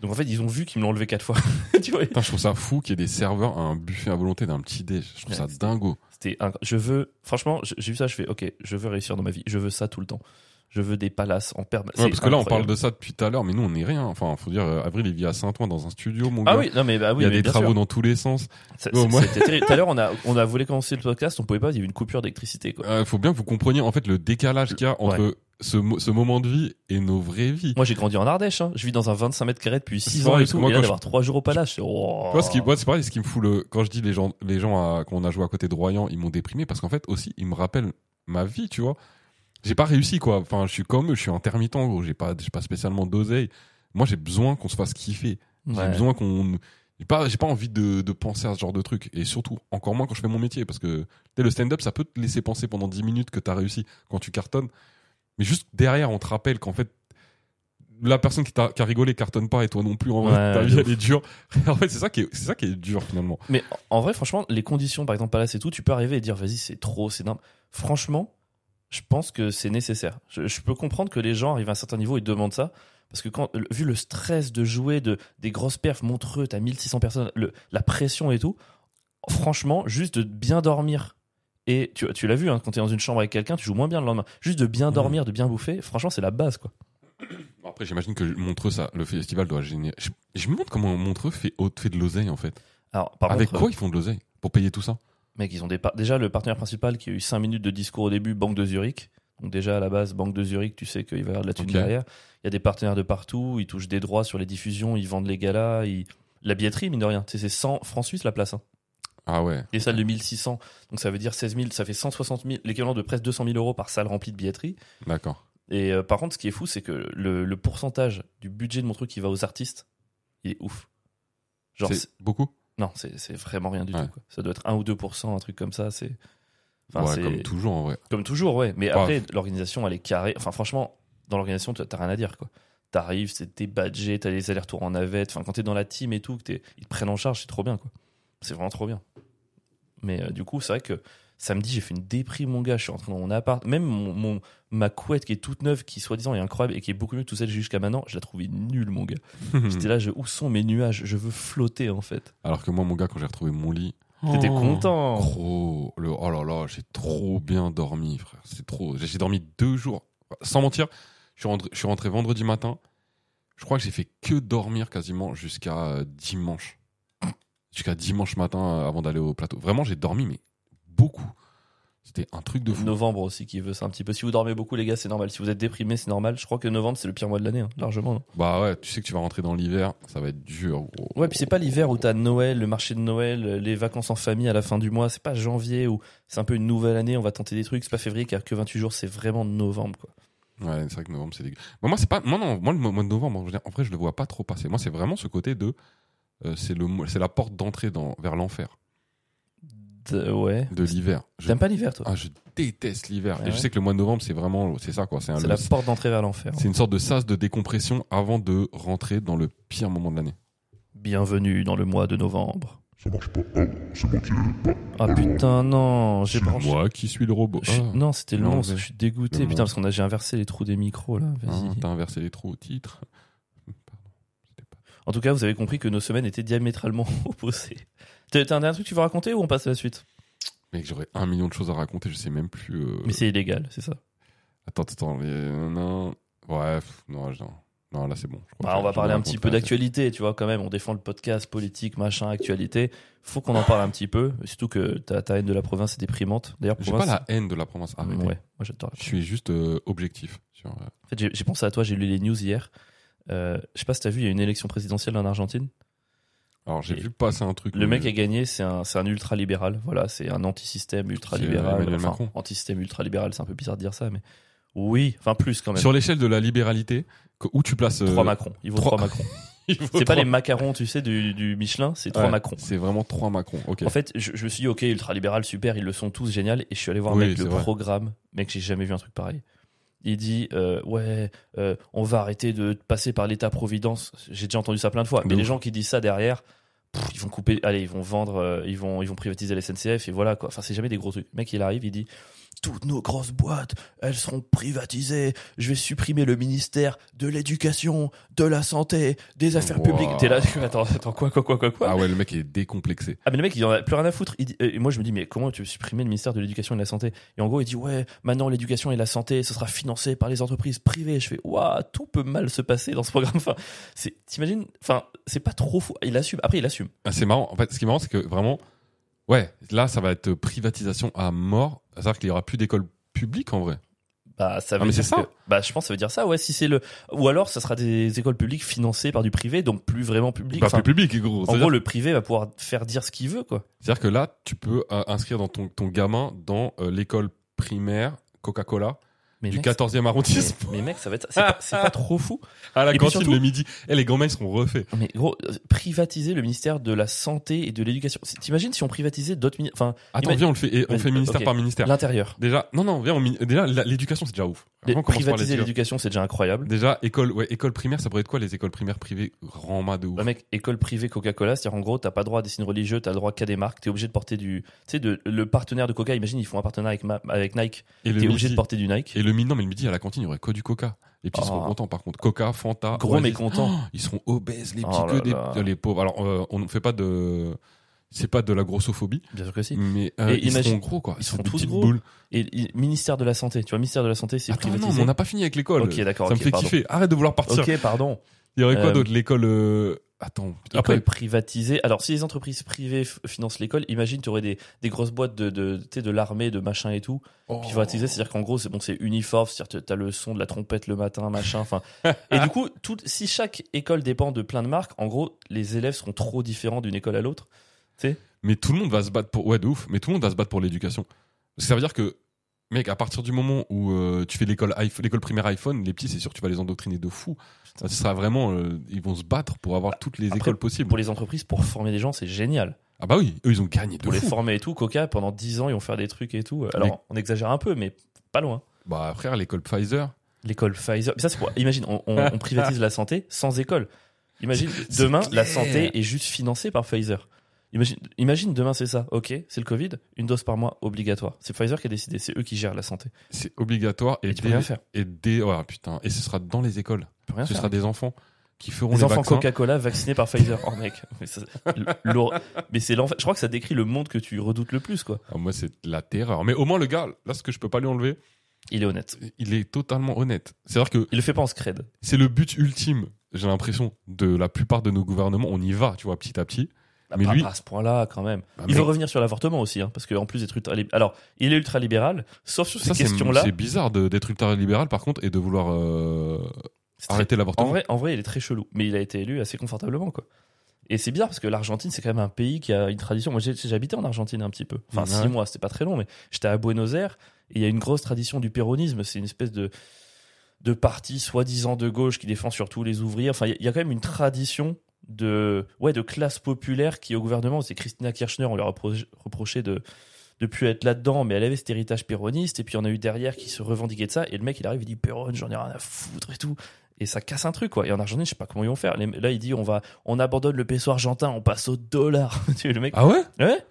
Donc, en fait, ils ont vu qu'ils me l'ont enlevé quatre fois. tu vois,
Putain, je trouve ça fou qu'il y ait des serveurs à un buffet à volonté d'un petit déj. Je trouve
Ouais,
ça
c'était-
dingo.
C'était inc- je veux franchement, je- j'ai vu ça, je fais OK, je veux réussir dans ma vie, je veux ça tout le temps. Je veux des palaces en permanence.
Ouais, parce que là, on parle de ça depuis tout à l'heure, mais nous, on n'est rien. Enfin, faut dire, euh, Avril, il vit à Saint-Ouen dans un studio, mon
Ah
gars.
oui, non mais bah oui,
euh, il y a
mais
des
bien
travaux
sûr.
dans tous les sens.
Ça-
Bon,
c'est-
moi-
c'était terrible. Tout à l'heure, on a on a voulu commencer le podcast, on pouvait pas, il y avait une coupure d'électricité quoi.
Euh, faut bien que vous compreniez, en fait, le décalage qu'il y a entre ce, mo- ce moment de vie et nos vraies vies.
Moi, j'ai grandi en Ardèche, hein. je vis dans un 25 mètres carrés depuis 6 ans et
vrai, parce que
tout,
moi,
et là
quand
d'avoir 3 jours au palace, c'est oh.
Tu vois, ce qui, moi, c'est pareil, ce qui me fout le, quand je dis les gens, les gens à- qu'on a joué à côté de Royan, ils m'ont déprimé parce qu'en fait, aussi, ils me rappellent ma vie, tu vois. J'ai pas réussi, quoi. Enfin, je suis comme eux, je suis intermittent, gros. J'ai pas, j'ai pas spécialement d'oseille. Moi, j'ai besoin qu'on se fasse kiffer. J'ai
Ouais.
besoin qu'on. J'ai pas, j'ai pas envie de, de penser à ce genre de truc. Et surtout, encore moins quand je fais mon métier. Parce que tu sais, le stand-up, ça peut te laisser penser pendant 10 minutes que t'as réussi quand tu cartonnes. Mais juste derrière, on te rappelle qu'en fait, la personne qui, t'a- qui a rigolé cartonne pas et toi non plus. En vrai,
Ouais,
ta
de
vie,
ouf.
elle est dure. en fait, c'est ça, qui est, c'est ça qui est dur finalement.
Mais en vrai, franchement, les conditions, par exemple, palace et tout, tu peux arriver et dire, vas-y, c'est trop, c'est dingue. Franchement, je pense que c'est nécessaire. Je, je peux comprendre que les gens arrivent à un certain niveau et demandent ça. Parce que quand, vu le stress de jouer, de, des grosses perfs montreux, t'as 1600 personnes, le- la pression et tout, franchement, juste de bien dormir. Et tu, tu l'as vu, hein, quand t'es dans une chambre avec quelqu'un, tu joues moins bien le lendemain. Juste de bien
Mhm.
dormir, de bien bouffer, franchement, c'est la base, quoi.
Bon, Après, j'imagine que Montreux, ça, le festival doit gêner. Je, je me demande comment Montreux fait, au- fait de l'oseille en fait.
Alors, par
Avec
contre, euh,
quoi ils font de l'oseille pour payer tout ça
Mec, ils ont des par- déjà le partenaire principal qui a eu 5 minutes de discours au début, Banque de Zurich. Donc déjà à la base, Banque de Zurich, tu sais qu'il va y avoir de la thune
Ok.
derrière. Il y a des partenaires de partout, ils touchent des droits sur les diffusions, ils vendent les galas, ils... la billetterie mine de rien, tu sais, c'est 100 francs suisses la place. hein.
Ah ouais.
Les salles de 1600, donc ça veut dire 16 000, ça fait 160 000, l'équivalent de presque 200 000 euros par salle remplie de billetterie.
D'accord.
Et euh, par contre, ce qui est fou, c'est que le, le pourcentage du budget de mon truc qui va aux artistes, il est ouf. Genre,
C'est
c'est-
beaucoup
non, c'est c'est vraiment rien du
Ouais.
tout. quoi. Ça doit être 1 ou 2%, un truc comme ça. C'est Enfin,
Ouais,
c'est-
comme toujours en vrai.
Comme toujours, ouais. Mais
Bah,
après, l'organisation, elle est carrée. Enfin, franchement, dans l'organisation, t'as t'as rien à dire, quoi. T'arrives, c'est- t'es badgé, t'as les allers-retours en navette. Enfin, quand t'es dans la team et tout, que t'es- ils te prennent en charge, c'est trop bien, quoi. C'est vraiment trop bien. Mais euh, du coup, c'est vrai que samedi, j'ai fait une déprime, mon gars. Je suis rentré dans mon appart. Même mon, mon- ma couette qui est toute neuve, qui soi-disant est incroyable et qui est beaucoup mieux que tout celle que j'ai jusqu'à maintenant, je la trouvais nulle, mon gars.
Hmm.
J'étais là, je, où sont mes nuages Je veux flotter, en fait.
Alors que moi, mon gars, quand j'ai retrouvé mon lit.
T'étais
Oh,
content.
Gros, le, oh là là, j'ai trop bien dormi, frère. C'est trop. J'ai j'ai dormi deux jours. Sans mentir, je suis rentré, je suis rentré vendredi matin. Je crois que j'ai fait que dormir quasiment jusqu'à euh, dimanche. Jusqu'à dimanche matin euh, avant d'aller au plateau. Vraiment, j'ai dormi, mais beaucoup. C'était un truc de fou.
Novembre aussi qui veut ça un petit peu. Si vous dormez beaucoup, les gars, c'est normal. Si vous êtes déprimé, c'est normal. Je crois que novembre, c'est le pire mois de l'année, hein, largement. non
Bah ouais, tu sais que tu vas rentrer dans l'hiver, ça va être dur. gros.
ouais, puis c'est pas l'hiver où t'as Noël, le marché de Noël, euh, les vacances en famille à la fin du mois. C'est pas janvier où c'est un peu une nouvelle année, on va tenter des trucs. C'est pas février qui a que 28 jours, c'est vraiment novembre, quoi.
Ouais, c'est vrai que novembre, c'est dégueu. Mais moi, c'est pas. Moi, non, moi, le mois de novembre, en général, en vrai, je le vois pas trop passer. Moi, c'est vraiment ce côté de. euh, c'est le mo- c'est la porte d'entrée dans- vers l'enfer
De- ouais.
de l'hiver. Je,
T'aimes pas l'hiver, toi
ah, je déteste l'hiver.
Ah
et je
ouais.
sais que le mois de novembre, c'est vraiment. C'est ça, quoi. C'est un-
C'est
Ah, le-
la porte d'entrée vers l'enfer. hein.
c'est une sorte de sas de décompression avant de rentrer dans le pire moment de l'année.
Bienvenue dans le mois de novembre.
Ça marche pas.
Oh,
Ah, c'est moi qui l'ai pas.
Ah putain, non, j'ai branché.
moi qui suis le robot.
Je-
Ah.
Non, c'était le
Non,
monstre,
mais-
je suis dégoûté.
Le
Putain, parce qu'on a j'ai inversé les trous des micros, là. Vas-y.
Hein, T'as inversé les trous au titre. Pardon, c'était pas-
En tout cas, vous avez compris que nos semaines étaient diamétralement opposées. T'as t'as un dernier truc que tu veux raconter ou on passe à la suite
Mec, j'aurais un million de choses à raconter, je sais même plus. euh,
Mais c'est illégal, c'est ça. Bah,
Attends, attends, les... non. Bref, non, je- non. Non, là c'est bon. je crois
Bah,
que
on va
je
parler
vais
un petit peu
raconter
d'actualité, tu vois, quand même. On défend le podcast, politique, machin, actualité. Faut qu'on en parle un petit peu. Surtout que ta, ta haine de la province est déprimante. D'ailleurs,
J'ai
province-
pas la haine de la province.
Ouais,
Arrêtez.
moi j'adore.
Je suis juste euh, objectif. Sur, euh,
En fait, j'ai j'ai pensé à toi, j'ai lu les news hier. Euh, je sais pas si t'as vu, il y a une élection présidentielle en Argentine.
Alors j'ai
Et-
vu passer un truc.
Le mec
mais-
a gagné, c'est un, c'est un ultra-libéral. Voilà, c'est un anti-système
C'est
ultra-libéral.
Emmanuel
Enfin,
Macron.
anti-système ultra-libéral, c'est un peu bizarre de dire ça, mais oui, enfin plus quand même.
Sur l'échelle de la libéralité, que- où tu places. euh,
Trois Macron. Il vaut
trois-
trois Macron.
il faut
C'est pas les
trois-
macarons, tu sais, du, du Michelin, c'est trois
Ouais,
Macron. Oh,
C'est vraiment trois Macron. Ok.
En fait, je, je me suis dit, ok, ultra-libéral, super, ils le sont tous, génial. Et je suis allé voir
Oui,
mec, le
c'est vrai.
programme. Mec, j'ai jamais vu un truc pareil. Il dit, euh, ouais, euh, on va arrêter de passer par l'État-providence. J'ai déjà entendu ça plein de fois.
De
mais les
ouf.
gens qui disent ça derrière, pff, ils vont couper, allez, ils vont vendre, euh, ils, vont, ils vont privatiser la SNCF et voilà quoi. Enfin, c'est jamais des gros trucs. Mec, il arrive, il dit, toutes nos grosses boîtes, elles seront privatisées. Je vais supprimer le ministère de l'Éducation, de la Santé, des Affaires
Wow.
publiques. T'es là, attends, attends, quoi, quoi, quoi, quoi, quoi
ah ouais, le mec est décomplexé.
ah mais le mec il en a plus rien à foutre. Il dit- euh, et moi je me dis mais comment tu veux supprimer le ministère de l'éducation et de la santé Et en gros il dit ouais maintenant l'éducation et la santé ce sera financé par les entreprises privées. Je fais waouh tout peut mal se passer dans ce programme. Enfin c'est t'imagines enfin c'est pas trop fou. Il assume après il assume.
Ah, c'est marrant. En fait, ce qui est marrant, c'est que vraiment, ouais, là ça va être privatisation à mort. C'est-à-dire qu'il y aura plus d'école publique en vrai.
Bah ça
Ah,
veut
mais
dire
c'est ça.
que- bah je pense que ça veut dire ça ouais si c'est le ou alors ça sera des écoles publiques financées par du privé donc plus vraiment public.
Pas
Enfin,
Bah, plus public, gros.
en
C'est-à-dire
gros le privé va pouvoir faire dire ce qu'il veut quoi.
C'est-à-dire que là, tu peux euh, inscrire dans ton, ton gamin dans euh, l'école primaire Coca-Cola
Mais
du
mec,
14e
mais,
arrondissement
mais mec ça va être c'est pas, c'est pas trop fou.
à Ah, la
Et puis
cantine
surtout-
le midi. Et les grands-mères seront refaits.
Non, Mais gros, euh, privatiser le ministère de la santé et de l'éducation. C'est- T'imagines si on privatisait d'autres mini- enfin
Attends,
Imagine-
viens, on le fait, et on
Vas-y,
fait ministère
ok.
par ministère.
l'intérieur.
Déjà, non, non, viens, on mini- déjà la- l'éducation c'est déjà ouf.
Les-
Vraiment, on commence par
Privatiser
l'éducation.
l'éducation, c'est déjà incroyable.
Déjà, école, ouais, école primaire, ça pourrait être quoi les écoles primaires privées grand mât de ouf.
Ouais, mec, école privée Coca-Cola, c'est-à-dire en gros, t'as pas le droit à des signes religieux, t'as le droit qu'à des marques, t'es obligé de porter du. Tu sais, de- le partenaire de Coca, imagine, ils font un partenariat avec, ma- avec Nike,
et le
t'es obligé
midi,
de porter du Nike.
et le midi, non, mais le midi à la cantine, il y aurait que du Coca. Les petits
Oh.
seront contents par contre. Coca, Fanta.
Gros
Oasis.
mécontent.
Ils seront obèses les petits
Oh là
que des
là.
les pauvres. Alors euh, on ne fait pas de c'est pas de la grossophobie.
Bien sûr que si.
Mais euh,
Et
ils
imagine-
sont gros quoi.
ils
sont
seront
des
tous
petites
gros.
boules.
Et, et- ministère de la Santé, tu vois, ministère de la Santé, c'est
Attends,
privatisé.
non, mais on n'a pas fini avec l'école.
ok, d'accord,
ça
ok,
me fait
pardon.
kiffer. Arrête de vouloir partir.
Ok, pardon.
Il y aurait quoi
Euh,
d'autre L'école. euh, Attends.
École privatisée. Alors, si les entreprises privées f- financent l'école, imagine, tu aurais des, des grosses boîtes de, de, tu sais, de l'armée, de machin et tout.
Oh.
Privatisé, c'est-à-dire qu'en gros, c'est bon, c'est uniforme, c'est-à-dire que t'as le son de la trompette le matin, machin. Enfin,
Oh. Ah.
et du coup, tout, si chaque école dépend de plein de marques, en gros, les élèves seront trop différents d'une école à l'autre.
Mais tout le monde va se battre pour. Ouais, de ouf. Mais tout le monde va se battre pour l'éducation. Parce que Ça veut dire que, mec, à partir du moment où euh, tu fais l'école iPhone- l'école primaire iPhone, les petits, c'est sûr, que tu vas les endoctriner de fou. Ça sera vraiment. euh, ils vont se battre pour avoir toutes les
Bah, Après,
écoles possibles.
Pour les entreprises, pour former des gens, c'est génial.
Ah bah oui, eux ils ont gagné de
Pour les
fou.
former et tout, Coca, pendant 10 ans, ils vont faire des trucs et tout. Alors,
Mais-
on exagère un peu, mais pas loin.
Bah frère, l'école Pfizer.
L'école Pfizer. Mais ça, c'est pour. Imagine, on, on- on privatise la santé sans école. Imagine, demain, la
clair.
santé est juste financée par Pfizer. Imagine, imagine demain, c'est ça. Ok, c'est le Covid, une dose par mois obligatoire. C'est Pfizer qui a décidé, c'est eux qui gèrent la santé.
C'est obligatoire et,
Et tu peux rien
dès,
faire.
et dès- ouais, putain et ce sera dans les écoles.
Tu peux rien
ce
faire.
sera des enfants qui feront
Les
les
enfants
vaccins.
Coca-Cola vaccinés par Pfizer. Oh mec, mais, ça- lourd. mais c'est l'enfer. Je crois que ça décrit le monde que tu redoutes le plus, quoi.
Ah, moi c'est la terreur. Mais au moins le gars, là ce que je peux pas lui enlever,
Il est honnête.
il est totalement honnête. C'est-à-dire que
Il le fait pas en scred.
c'est le but ultime. J'ai l'impression de la plupart de nos gouvernements, on y va, tu vois, petit à petit.
Bah,
Mais
pas,
lui-
pas à ce point-là, quand même.
Bah,
il
mec,
veut revenir sur l'avortement aussi, hein, parce qu'en plus d'être ultra Alors, il est ultra libéral, sauf sur ces
ça, c'est-
questions-là.
C'est bizarre de- d'être ultra-libéral, par contre, et de vouloir euh,
c'est très-
arrêter
En
l'avortement.
vrai, en vrai, il est très chelou, mais il a été élu assez confortablement, quoi. Et c'est bizarre parce que l'Argentine, c'est quand même un pays qui a une tradition. Moi, j'ai- j'habitais en Argentine un petit peu. Enfin,
Ouais.
six mois, c'était pas très long, mais j'étais à Buenos Aires. Et il y a une grosse tradition du péronisme. C'est une espèce de, de parti soi-disant de gauche qui défend surtout les ouvriers. Enfin, il y a- il y, a quand même une tradition de, ouais, de classe populaire qui, au gouvernement, c'est Christina Kirchner, on lui a reproché, reproché de de plus être là-dedans, mais elle avait cet héritage péroniste, et puis on a eu derrière qui se revendiquait de ça, et le mec il arrive, il dit Péron, j'en ai rien à foutre et tout, et ça casse un truc quoi. Et en Argentine, je sais pas comment ils vont faire. Les- Là, il dit on va, on abandonne le peso argentin, on passe au dollar. tu vois, le mec,
Ah ouais
ouais,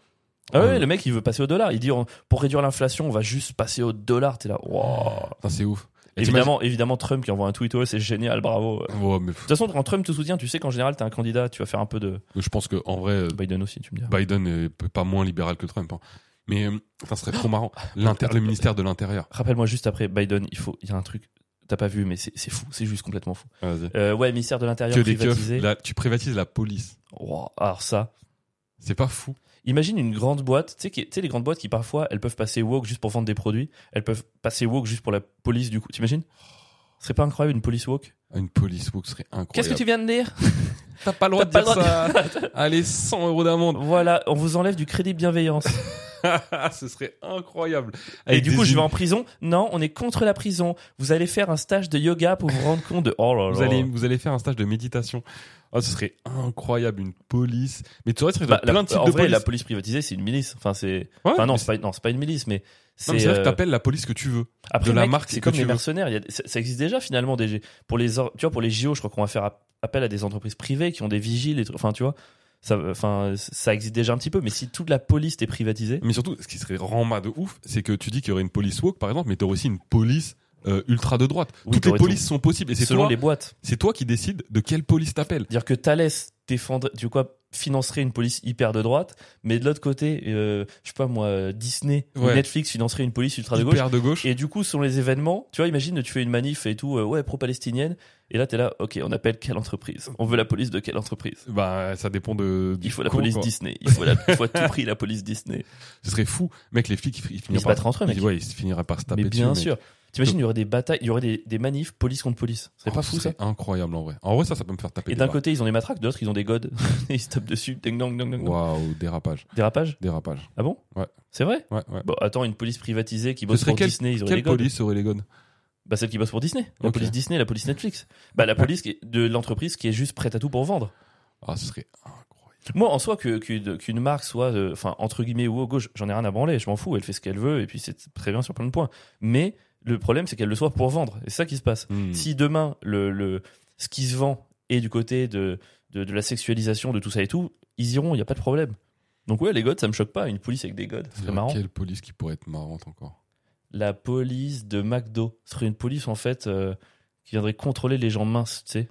Ah ouais,
Ouais.
le mec il veut passer au dollar. Il dit on- pour réduire l'inflation, on va juste passer au dollar. T'es là, wow.
Putain, C'est ouf. Et
Évidemment, évidemment, Trump qui envoie un tweet, ouais, c'est génial, bravo. De
t'imagines- Ouais, mais pff,
toute façon, quand Trump te soutient, tu sais qu'en général, t'es un candidat, tu vas faire un peu de
je pense qu'en vrai, euh,
Biden aussi, tu me dis.
Biden est p- pas moins libéral que Trump. hein. Mais euh, ça serait trop marrant. L'inter- le ministère de l'Intérieur.
Rappelle-moi juste après Biden, il faut, il y a un truc, t'as pas vu, mais c'est c'est fou, c'est juste complètement fou.
Vas-y.
Euh, ouais, ministère de l'Intérieur
Que des
privatisé.
keufs. Là, tu privatises la police.
Wow, alors ça,
C'est pas fou.
Imagine une grande boîte, tu sais, qui- tu sais, les grandes boîtes qui parfois elles peuvent passer woke juste pour vendre des produits, elles peuvent passer woke juste pour la police du coup, t'imagines Ce serait pas incroyable une police woke
Ah, Une police woke serait incroyable.
Qu'est-ce que tu viens de dire
T'as pas le droit de
T'as
dire
pas
ça. Allez, 100 euros d'amende.
Voilà, on vous enlève du crédit bienveillance.
Ce serait incroyable.
Et
Avec
du
des
coup, je vais
im-
en prison Non, on est contre la prison. Vous allez faire un stage de yoga pour vous rendre compte de. Oh là là.
Vous allez, vous allez faire un stage de méditation. Ah, ce serait incroyable, une police. Mais tu aurais
Bah, la-
plein de types
en
de
vrai,
police.
la police privatisée, c'est une milice. Enfin, c'est.
Ouais,
Enfin, non,
mais
c'est pas, non, c'est pas une milice, mais
c'est- non, mais
c'est.
c'est-à-dire que
euh,
t'appelles la police que tu veux.
Après,
de la
mec,
marque
c'est
que
comme
tu
les
veux.
mercenaires. il y a- ça, ça existe déjà finalement des pour les or- tu vois pour les JO, je crois qu'on va faire ap- appel à des entreprises privées qui ont des vigiles. et tout. Enfin, tu vois, ça, enfin, ça existe déjà un petit peu. Mais si toute la police est privatisée,
Mais surtout, ce qui serait rama de ouf, c'est que tu dis qu'il y aurait une police woke, par exemple, mais t'aurais aussi une police euh, ultra de droite.
Oui,
Toutes les
t'aurais
polices sont possibles. Et c'est
selon
toi,
les boîtes,
c'est toi qui décides de quelle police t'appelles.
dire que Thalès défendrait, tu quoi, financerait une police hyper de droite, mais de l'autre côté, euh, je sais pas moi, euh, Disney ou
Ouais.
Netflix financerait une police ultra de gauche.
Hyper de gauche.
Et du coup, selon les événements, tu vois, imagine, tu fais une manif et tout, euh, ouais, pro-palestinienne, et là, t'es là, ok, on appelle quelle entreprise On veut la police de quelle entreprise
Bah, ça dépend de. du
Il faut la
camp,
police
quoi.
Disney. Il faut, la, il faut à tout prix la police Disney.
Ce serait fou. Mec, les flics, ils, finiraient
Ils se battraient entre eux, mec.
Ouais, ils finiraient par se taper
Mais bien
dessus, mec.
sûr. T'imagines, il y aurait des batailles, il y aurait des, des manifs police contre police. C'est
Oh,
pas
ce
fou ça
serait Incroyable en vrai. En vrai, ça, ça peut me faire taper.
Et
des
d'un
barres.
côté, ils ont des matraques, de l'autre, ils ont des godes. Et ils se tapent dessus. Ding, dong, dong, dong, dong.
Waouh, dérapage.
Dérapage
Dérapage.
Ah bon
Ouais.
C'est vrai
Ouais, ouais.
Bon, attends, une police privatisée qui bosse
serait
pour
quelle-
Disney, ils auraient des
Quelle
godes.
police aurait les gones
Bah, celle qui bosse pour Disney. La
Ok.
police Disney, la police Netflix. Bah, la police qui est- de l'entreprise qui est juste prête à tout pour vendre.
Ah, ce serait incroyable.
Moi, en soi, que- qu'une qu'une marque soit, euh, enfin, entre guillemets, ou au gauche, j'en ai rien à branler, je m'en fous, elle fait ce qu'elle veut, et puis c'est très bien sur plein de points. Mais le problème, c'est qu'elle le soit pour vendre, et c'est ça qui se passe.
Hmm.
Si demain, le, le- ce qui se vend est du côté de, de, de la sexualisation, de tout ça et tout, ils iront, il n'y a pas de problème. Donc, ouais, les godes, ça me choque pas, une police avec des godes, ce serait
Ouais,
marrant.
Quelle police qui pourrait être marrante encore
La police de McDo, ce serait une police, en fait, euh, qui viendrait contrôler les gens minces, tu sais.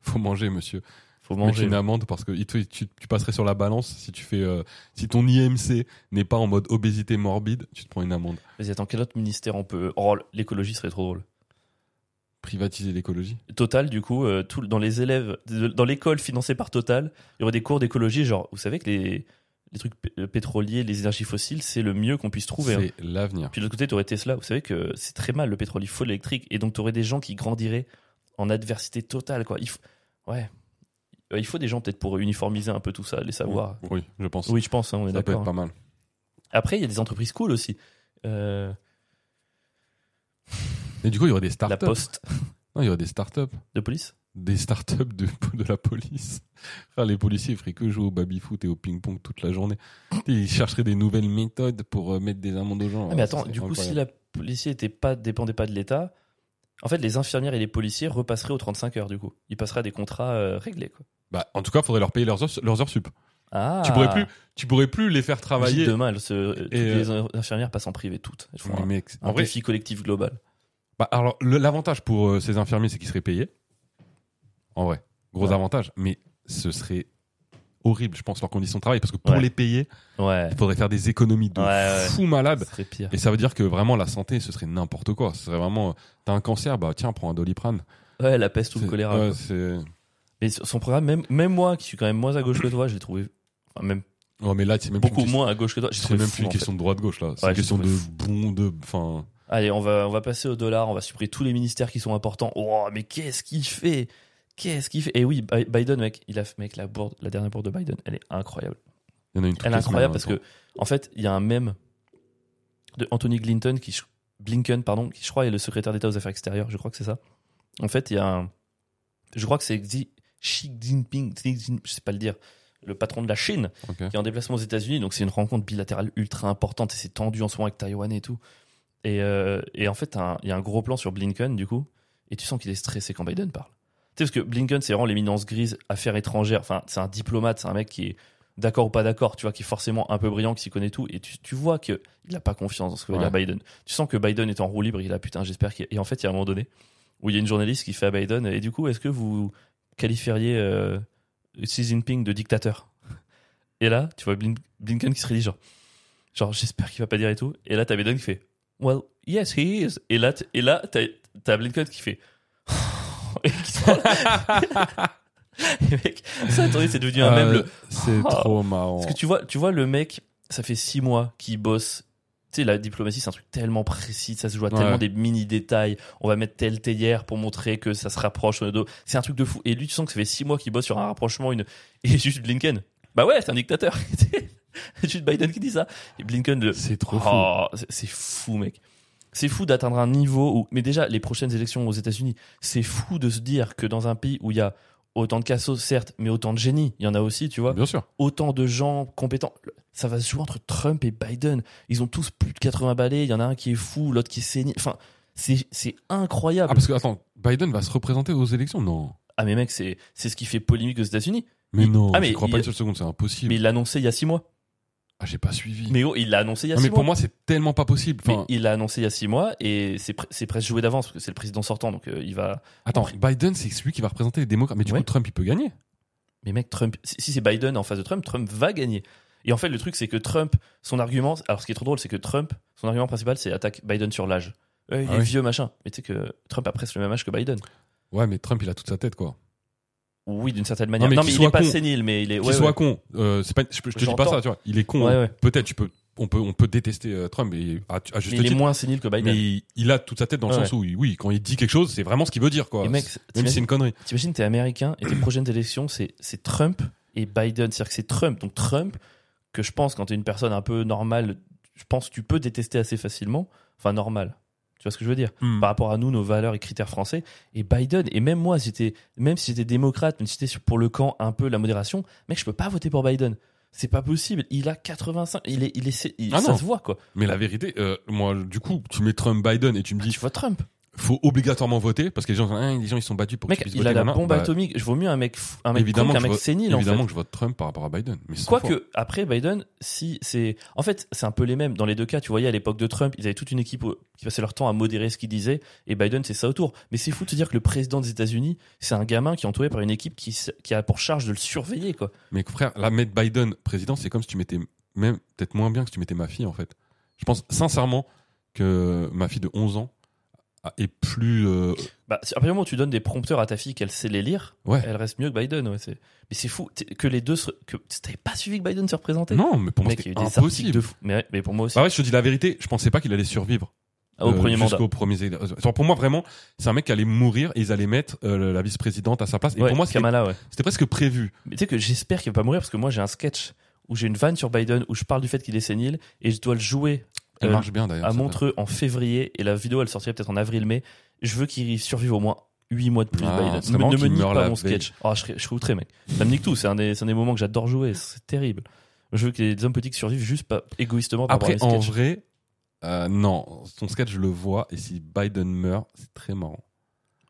Faut manger, monsieur.
Faut
Manger.
manger.
une amende parce que il te- tu, tu passerais sur la balance si tu fais. euh, si ton IMC n'est pas en mode obésité morbide, tu te prends une amende.
Vas-y, attends, quel autre ministère on peut. Oh, l'écologie serait trop drôle.
Privatiser l'écologie.
Total, du coup, euh, tout, dans les élèves, de- dans l'école financée par Total, il y aurait des cours d'écologie, genre, vous savez que les, les trucs pé- euh, pétroliers, les énergies fossiles, c'est le mieux qu'on puisse trouver. hein.
C'est l'avenir.
Puis de l'autre côté, tu aurais Tesla, vous savez que c'est très mal le pétrole, il faut de l'électrique, et donc tu aurais des gens qui grandiraient en adversité totale, quoi. Il faut, ouais. Euh, Il faut des gens peut-être pour uniformiser un peu tout ça, les savoirs.
Oui, je pense.
Oui, je pense, hein, on est
ça peut
d'accord.
être pas mal.
Après, il y a des entreprises cool aussi. Euh,
Et du coup, il y aurait des startups.
la poste
Non, il y aurait des startups
de police
des startups de, de la police. Frère, les policiers feraient que jouer au baby-foot et au ping-pong toute la journée. Et ils chercheraient des nouvelles méthodes pour euh, mettre des amendes aux gens.
Ah, mais
Ah,
attends,
c'est
du coup, si
incroyable.
la policier était pas, dépendait pas de l'État, en fait, les infirmières et les policiers repasseraient aux 35 heures, du coup. Ils passeraient à des contrats euh, réglés, quoi.
Bah, en tout cas, faudrait leur payer leurs heures, leurs heures sup.
Ah
Tu pourrais plus, tu pourrais plus les faire
Imagine
travailler.
Demain, elles se- euh, toutes les
euh,
infirmières passent en privé, toutes. Elles font
Mais
un,
mec, c'est-
un
en vrai,
défi collectif global.
Bah, alors, le- l'avantage pour euh, ces infirmiers, c'est qu'ils seraient payés. En vrai, gros
Ouais.
avantage. Mais ce serait horrible, je pense, leurs conditions de travail. Parce que pour
Ouais.
les payer,
Ouais,
il faudrait faire des économies de
Ouais, ouais.
fou malade.
ce serait pire.
Et ça veut dire que vraiment, la santé, ce serait n'importe quoi. Ce serait vraiment. euh, T'as un cancer, bah tiens, prends un doliprane.
Ouais, la peste ou le
C'est-
choléra.
ouais,
quoi.
c'est-
Mais son son programme, même, même moi, qui suis quand même moins à gauche que toi, je l'ai trouvé. enfin, même
Ouais, mais là, c'est même plus
beaucoup
une question-
moins à gauche que toi. J'ai
C'est
trouvé
même
fou,
plus une
en fait.
question de droite-gauche, là. C'est
Ouais,
une
j'ai
question
trouvé
de
fou.
bon, de. Enfin.
Allez, on va, on va passer au dollar, on va supprimer tous les ministères qui sont importants. Oh, mais qu'est-ce qu'il fait Qu'est-ce qu'il fait Et oui, Bi- Biden, mec, il a fait- mec, la, bourde, la dernière bourde de Biden, elle est incroyable.
Il y en a une toute
Elle est
la semaine,
incroyable
en
parce
même
que, en fait, il y a un mème de Anthony Clinton qui, je- Blinken, pardon, qui je crois est le secrétaire d'État aux Affaires extérieures, je crois que c'est ça. En fait, il y a un. Je crois que c'est Xi Xi Jinping, Xi Jin- je sais pas le dire, le patron de la Chine
temps. Ok.
qui est en déplacement aux États-Unis, donc c'est une rencontre bilatérale ultra importante et c'est tendu en ce moment avec Taïwan et tout. Et, euh, et en fait, un- il y a un gros plan sur Blinken du coup, et tu sens qu'il est stressé quand Biden parle. Tu sais, parce que Blinken, c'est vraiment l'éminence grise, affaires étrangères, enfin, c'est un diplomate, c'est un mec qui est d'accord ou pas d'accord, tu vois, qui est forcément un peu brillant, qui s'y connaît tout, et tu, tu vois qu'il n'a pas confiance dans ce que va
Ouais.
dire Biden. Tu sens que Biden est en roue libre, il a putain, j'espère qu'il. Et en fait, il y a un moment donné où il y a une journaliste qui fait à Biden, et du coup, est-ce que vous qualifieriez euh, Xi Jinping de dictateur et là, tu vois Blin- Blinken qui se rédige genre, genre, j'espère qu'il va pas dire et tout. Et là, t'as Biden qui fait Well, yes, he is. Et là, t- et là t'as t'as Blinken qui fait Et qui s'en va. Et mec, ça, attendez, c'est devenu un même.
Euh, C'est
Oh.
trop marrant.
Parce que tu vois, tu vois le mec, ça fait six mois qu'il bosse. Tu sais, la diplomatie, c'est un truc tellement précis, ça se joue à
Ouais.
tellement des mini-détails. On va mettre telle théière pour montrer que ça se rapproche. euh, de- C'est un truc de fou. Et lui, tu sens que ça fait six mois qu'il bosse sur un rapprochement, une. Et juste Blinken. Bah ouais, c'est un dictateur. juste Biden qui dit ça. Et Blinken, le.
C'est trop fou.
Oh, c'est- c'est fou, mec. C'est fou d'atteindre un niveau où. Mais déjà, les prochaines élections aux États-Unis, c'est fou de se dire que dans un pays où il y a autant de cassos, certes, mais autant de génies, il y en a aussi, tu vois
Bien sûr.
autant de gens compétents. Le- Ça va se jouer entre Trump et Biden. Ils ont tous plus de 80 balais. Il y en a un qui est fou, l'autre qui est séni. Enfin, c'est c'est
Ah,
incroyable. Ah,
parce que, attends, Biden va se représenter aux élections Non.
mais mec, c'est c'est ce qui fait polémique aux États-Unis.
Mais
Il-
non,
Ah,
je
mais
crois
il-
pas une seule seconde, c'est impossible.
Mais il l'a annoncé il y a six mois.
Ah, j'ai pas suivi.
Mais oh, il l'a annoncé il y a
Non,
six
mais pour
mois.
moi, c'est tellement pas possible.
Mais
Enfin,
il l'a annoncé il y a six mois et c'est pre- c'est presque joué d'avance parce que c'est le président sortant. Donc euh, il va.
Attends, Biden, c'est celui qui va représenter les démocrates. Mais du
Ouais.
coup, Trump, il peut gagner.
Mais mec, Trump, si si c'est Biden en face de Trump, Trump va gagner. Et en fait, le truc, c'est que Trump, son argument, alors ce qui est trop drôle, c'est que Trump, son argument principal, c'est attaque Biden sur l'âge. Euh, il
Ah
est
oui.
vieux, machin. Mais tu sais que Trump a presque le même âge que Biden.
Ouais, mais Trump, il a toute sa tête, quoi.
Oui, d'une certaine manière.
Non,
Non, mais,
mais qu'il
il
soit
est pas
con.
sénile, mais il est.
Qu'il
ouais,
soit
ouais.
con, euh, c'est pas, je, je te dis pas
J'entends.
ça, tu vois. Il est con. hein.
Ouais, ouais.
Peut-être, tu peux, on peut, on peut détester euh, Trump, et, à, à juste
Mais il est
titre.
moins sénile que Biden.
mais il, il a toute sa tête dans le
Ouais.
sens où, il- oui, quand il dit quelque chose, c'est vraiment ce qu'il veut dire, quoi.
Et mec,
Même si c'est
t'imagines-
une connerie.
t'imagines, t'es américain et tes prochaines élections, c'est c'est Trump et Biden. C'est-à-dire que c'est Trump. Donc Trump, que je pense, quand t'es une personne un peu normale, je pense que tu peux détester assez facilement. Enfin, normal. Tu vois ce que je veux dire
Hmm.
Par rapport à nous, nos valeurs et critères français. Et Biden, et même moi, j'étais- même si j'étais démocrate, même si j'étais sur- pour le camp un peu la modération, mec, je peux pas voter pour Biden. C'est pas possible. Il a 85. Il est, il est, il-
Ah
ça
non.
se voit, quoi.
Mais la vérité, euh, moi, du coup, tu mets Trump, Biden, et tu me
Bah,
dis,
tu vois Trump.
faut obligatoirement voter, parce que les gens, ah, les gens, ils sont battus pour que
Mec,
tu puisses
il
voter,
a la
nanana.
bombe
Bah,
atomique. Je vaux mieux un mec, fou- un mec
évidemment
con qu'un
que je
mec
vote-
sénile en
Évidemment
fait.
que je vote Trump par rapport à Biden. Mais sans foi.
Quoique, après Biden, si c'est. En fait, c'est un peu les mêmes. Dans les deux cas, tu voyais à l'époque de Trump, ils avaient toute une équipe au- qui passait leur temps à modérer ce qu'il disait, et Biden, c'est ça autour. Mais c'est fou de se dire que le président des États-Unis, c'est un gamin qui est entouré par une équipe qui, s- qui a pour charge de le surveiller, quoi.
Mais frère, là, mettre Biden président, c'est comme si tu mettais même peut-être moins bien que si tu mettais ma fille, en fait. Je pense sincèrement que ma fille de 11 ans a- est plus. euh,
Bah, c'est- à partir du moment où tu donnes des prompteurs à ta fille qu'elle sait les lire,
Ouais.
elle reste mieux que Biden, ouais. c'est- Mais c'est fou t'es- que les deux. se- Que... T'avais pas suivi que Biden se représentait
Non, mais pour moi,
Mec, il y a eu
c'était
des articles
impossible.
de fou. Mais, ouais, mais pour moi aussi.
Bah ouais, je te dis la vérité, je pensais pas qu'il allait survivre
Ah, au
euh,
premier mandat.
jusqu'au premier. éle- Enfin, pour moi, vraiment, c'est un mec qui allait mourir et ils allaient mettre euh, la vice-présidente à sa place. Et
Ouais,
pour moi, c'était
Kamala, ouais.
c'était presque prévu.
Mais tu sais que j'espère qu'il va pas mourir parce que moi j'ai un sketch où j'ai une vanne sur Biden où je parle du fait qu'il est sénile et je dois le jouer
Elle
euh,
marche bien d'ailleurs.
à
cette
Montreux en février et la vidéo elle sortirait peut-être en avril-mai. Je veux qu'il survive au moins 8 mois de plus,
Ah,
Biden.
c'est
Ne,
marrant
ne me
qu'il
nique
meure
pas
la
mon
veille.
sketch. Ah, je, serais- je suis outré, mec. Ça me nique tout. C'est un, des- c'est un des moments que j'adore jouer. C'est terrible. Je veux que les hommes politiques survivent juste pas égoïstement par
Après,
rapport à
en
mes sketchs.
vrai, euh, non, son sketch, je le vois. Et si Biden meurt, c'est très marrant.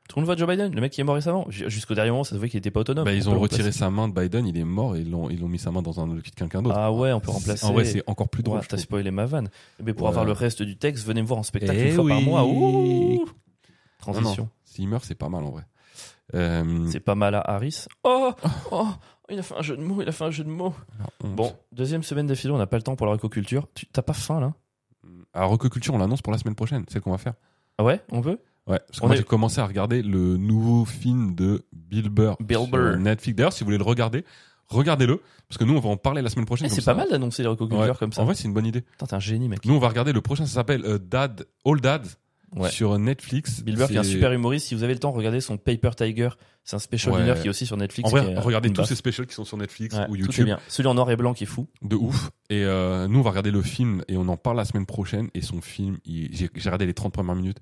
Tout le monde voit Joe Biden, le mec qui est mort récemment. J- Jusqu'au dernier moment, ça se voyait qu'il était pas autonome.
Bah,
On
ils
peut
ont
le
retiré
remplacer.
sa main de Biden, il est mort, et ils l'ont ils l'ont mis sa main dans un de quelqu'un d'autre.
Ah ouais, on peut remplacer.
En vrai, c'est encore plus drôle.
Ouah,
je
T'as
trouve.
spoilé ma vanne. Mais pour
Ouais.
avoir le reste du texte, venez me voir en spectacle
Eh
une fois par
oui.
mois. Ouh
Non, non,
Transition.
S'il meurt, c'est pas mal en vrai. Euh,
C'est pas mal à Harris. Oh, oh, il a fait un jeu de mots, il a fait un jeu de mots.
honte.
Bon, deuxième semaine d'affilée, on n'a pas le temps pour la recoculture. Tu T'as pas faim là
Alors, Recoculture, on l'annonce pour la semaine prochaine, celle qu'on va faire.
Ah ouais, on peut
Ouais, parce que
On
moi
est-
j'ai commencé à regarder le nouveau film de Bill Burr,
Bill
sur
Burr.
Netflix. D'ailleurs, si vous voulez le regarder, regardez-le, parce que nous on va en parler la semaine prochaine.
Eh,
comme
C'est
ça.
pas mal d'annoncer les recocultures
Ouais.
comme ça.
En vrai, c'est une bonne idée.
Putain, t'es un génie, mec.
Nous on va regarder le prochain, ça s'appelle euh, Dad, All Dad,
Ouais.
sur Netflix.
Bill Burr, qui est un
C'est-
super humoriste. Si vous avez le temps, regardez son Paper Tiger. C'est un special
Ouais.
d'une heure qui est aussi sur Netflix.
En vrai,
qui est euh,
regardez
une
tous
baffe.
ces specials qui sont sur Netflix
Ouais,
ou
Tout est
YouTube,
bien. Celui en noir et blanc qui est fou.
de ouf. Et euh, nous on va regarder le film et on en parle la semaine prochaine. Et son film, il- j'ai j'ai regardé les 30 premières minutes.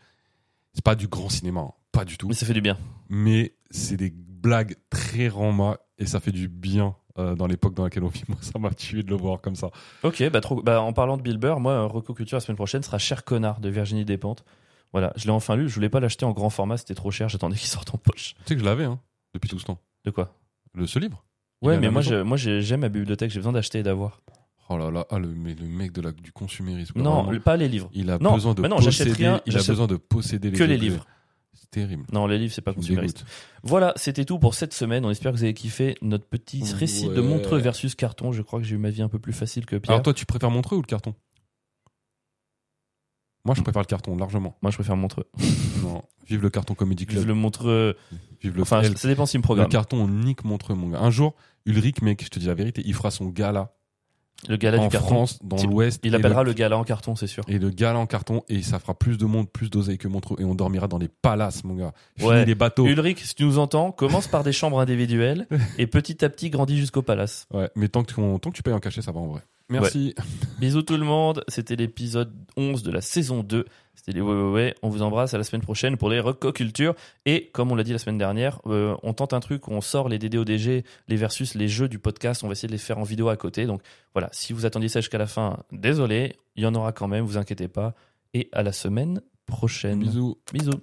C'est pas du grand cinéma, hein, pas du tout.
Mais ça fait du bien.
mais c'est des blagues très rama et ça fait du bien euh, dans l'époque dans laquelle on vit. Moi, ça m'a tué de le voir comme ça.
Ok, bah, trop... bah en parlant de Bill Burr, moi, euh, Reco Culture la semaine prochaine sera Cher Connard de Virginie Despentes. Voilà, je l'ai enfin lu. Je voulais pas l'acheter en grand format, c'était trop cher. J'attendais qu'il sorte en poche.
Tu sais que je l'avais hein, depuis tout ce temps.
De quoi
Le, ce livre Il est
Ouais,
à
mais
la
moi,
maison.
je- moi j'ai- j'aime ma bibliothèque, j'ai besoin d'acheter et d'avoir.
Oh là là, ah, le, mais le mec de la, du consumérisme.
Non,
vraiment.
le- pas les livres.
il a
non,
besoin de
bah non, j'achète
posséder,
rien,
il a
j'achète
besoin de posséder les
que les
objets.
livres.
C'est terrible.
Non, les livres, c'est pas
Tu me
consumériste.
dégoûtes.
Voilà, c'était tout pour cette semaine. On espère que vous avez kiffé notre petit récit de
Ouais.
Montreux versus Carton. Je crois que j'ai eu ma vie un peu plus facile que Pierre.
Alors toi, tu préfères Montreux ou le carton Moi, je préfère le carton largement.
Moi, je préfère Montreux.
Non, vive le carton comédie club.
Vive le Montreux.
Vive le
Enfin,
L.
ça dépend s'il me
Le
programme.
carton, on nique Montreux, mon gars. Un jour, Ulrich, mec, je te dis la vérité, il fera son gala
Le gala du
en
carton.
France, dans
Type-
l'Ouest.
Il
et
appellera le gala en carton, c'est sûr.
le- Et le gala en carton, et ça fera plus de monde, plus d'oseille que Montreux, et on dormira dans les palaces, mon gars. Fini
Ouais.
les bateaux.
Ulrich, si tu nous entends, commence par des chambres individuelles et petit à petit grandis jusqu'au palace.
Ouais, mais tant que, tu- tant que tu payes en cachet, ça va en vrai. Merci.
Bisous tout le monde, c'était l'épisode 11 de la saison 2. C'était les ouais ouais ouais, on vous embrasse à la semaine prochaine pour les recocultures et comme on l'a dit la semaine dernière, euh, on tente un truc, on sort les DDODG, les versus les jeux du podcast, on va essayer de les faire en vidéo à côté. Donc voilà, si vous attendiez ça jusqu'à la fin, désolé, il y en aura quand même, vous inquiétez pas et à la semaine prochaine.
Bisous.
Bisous.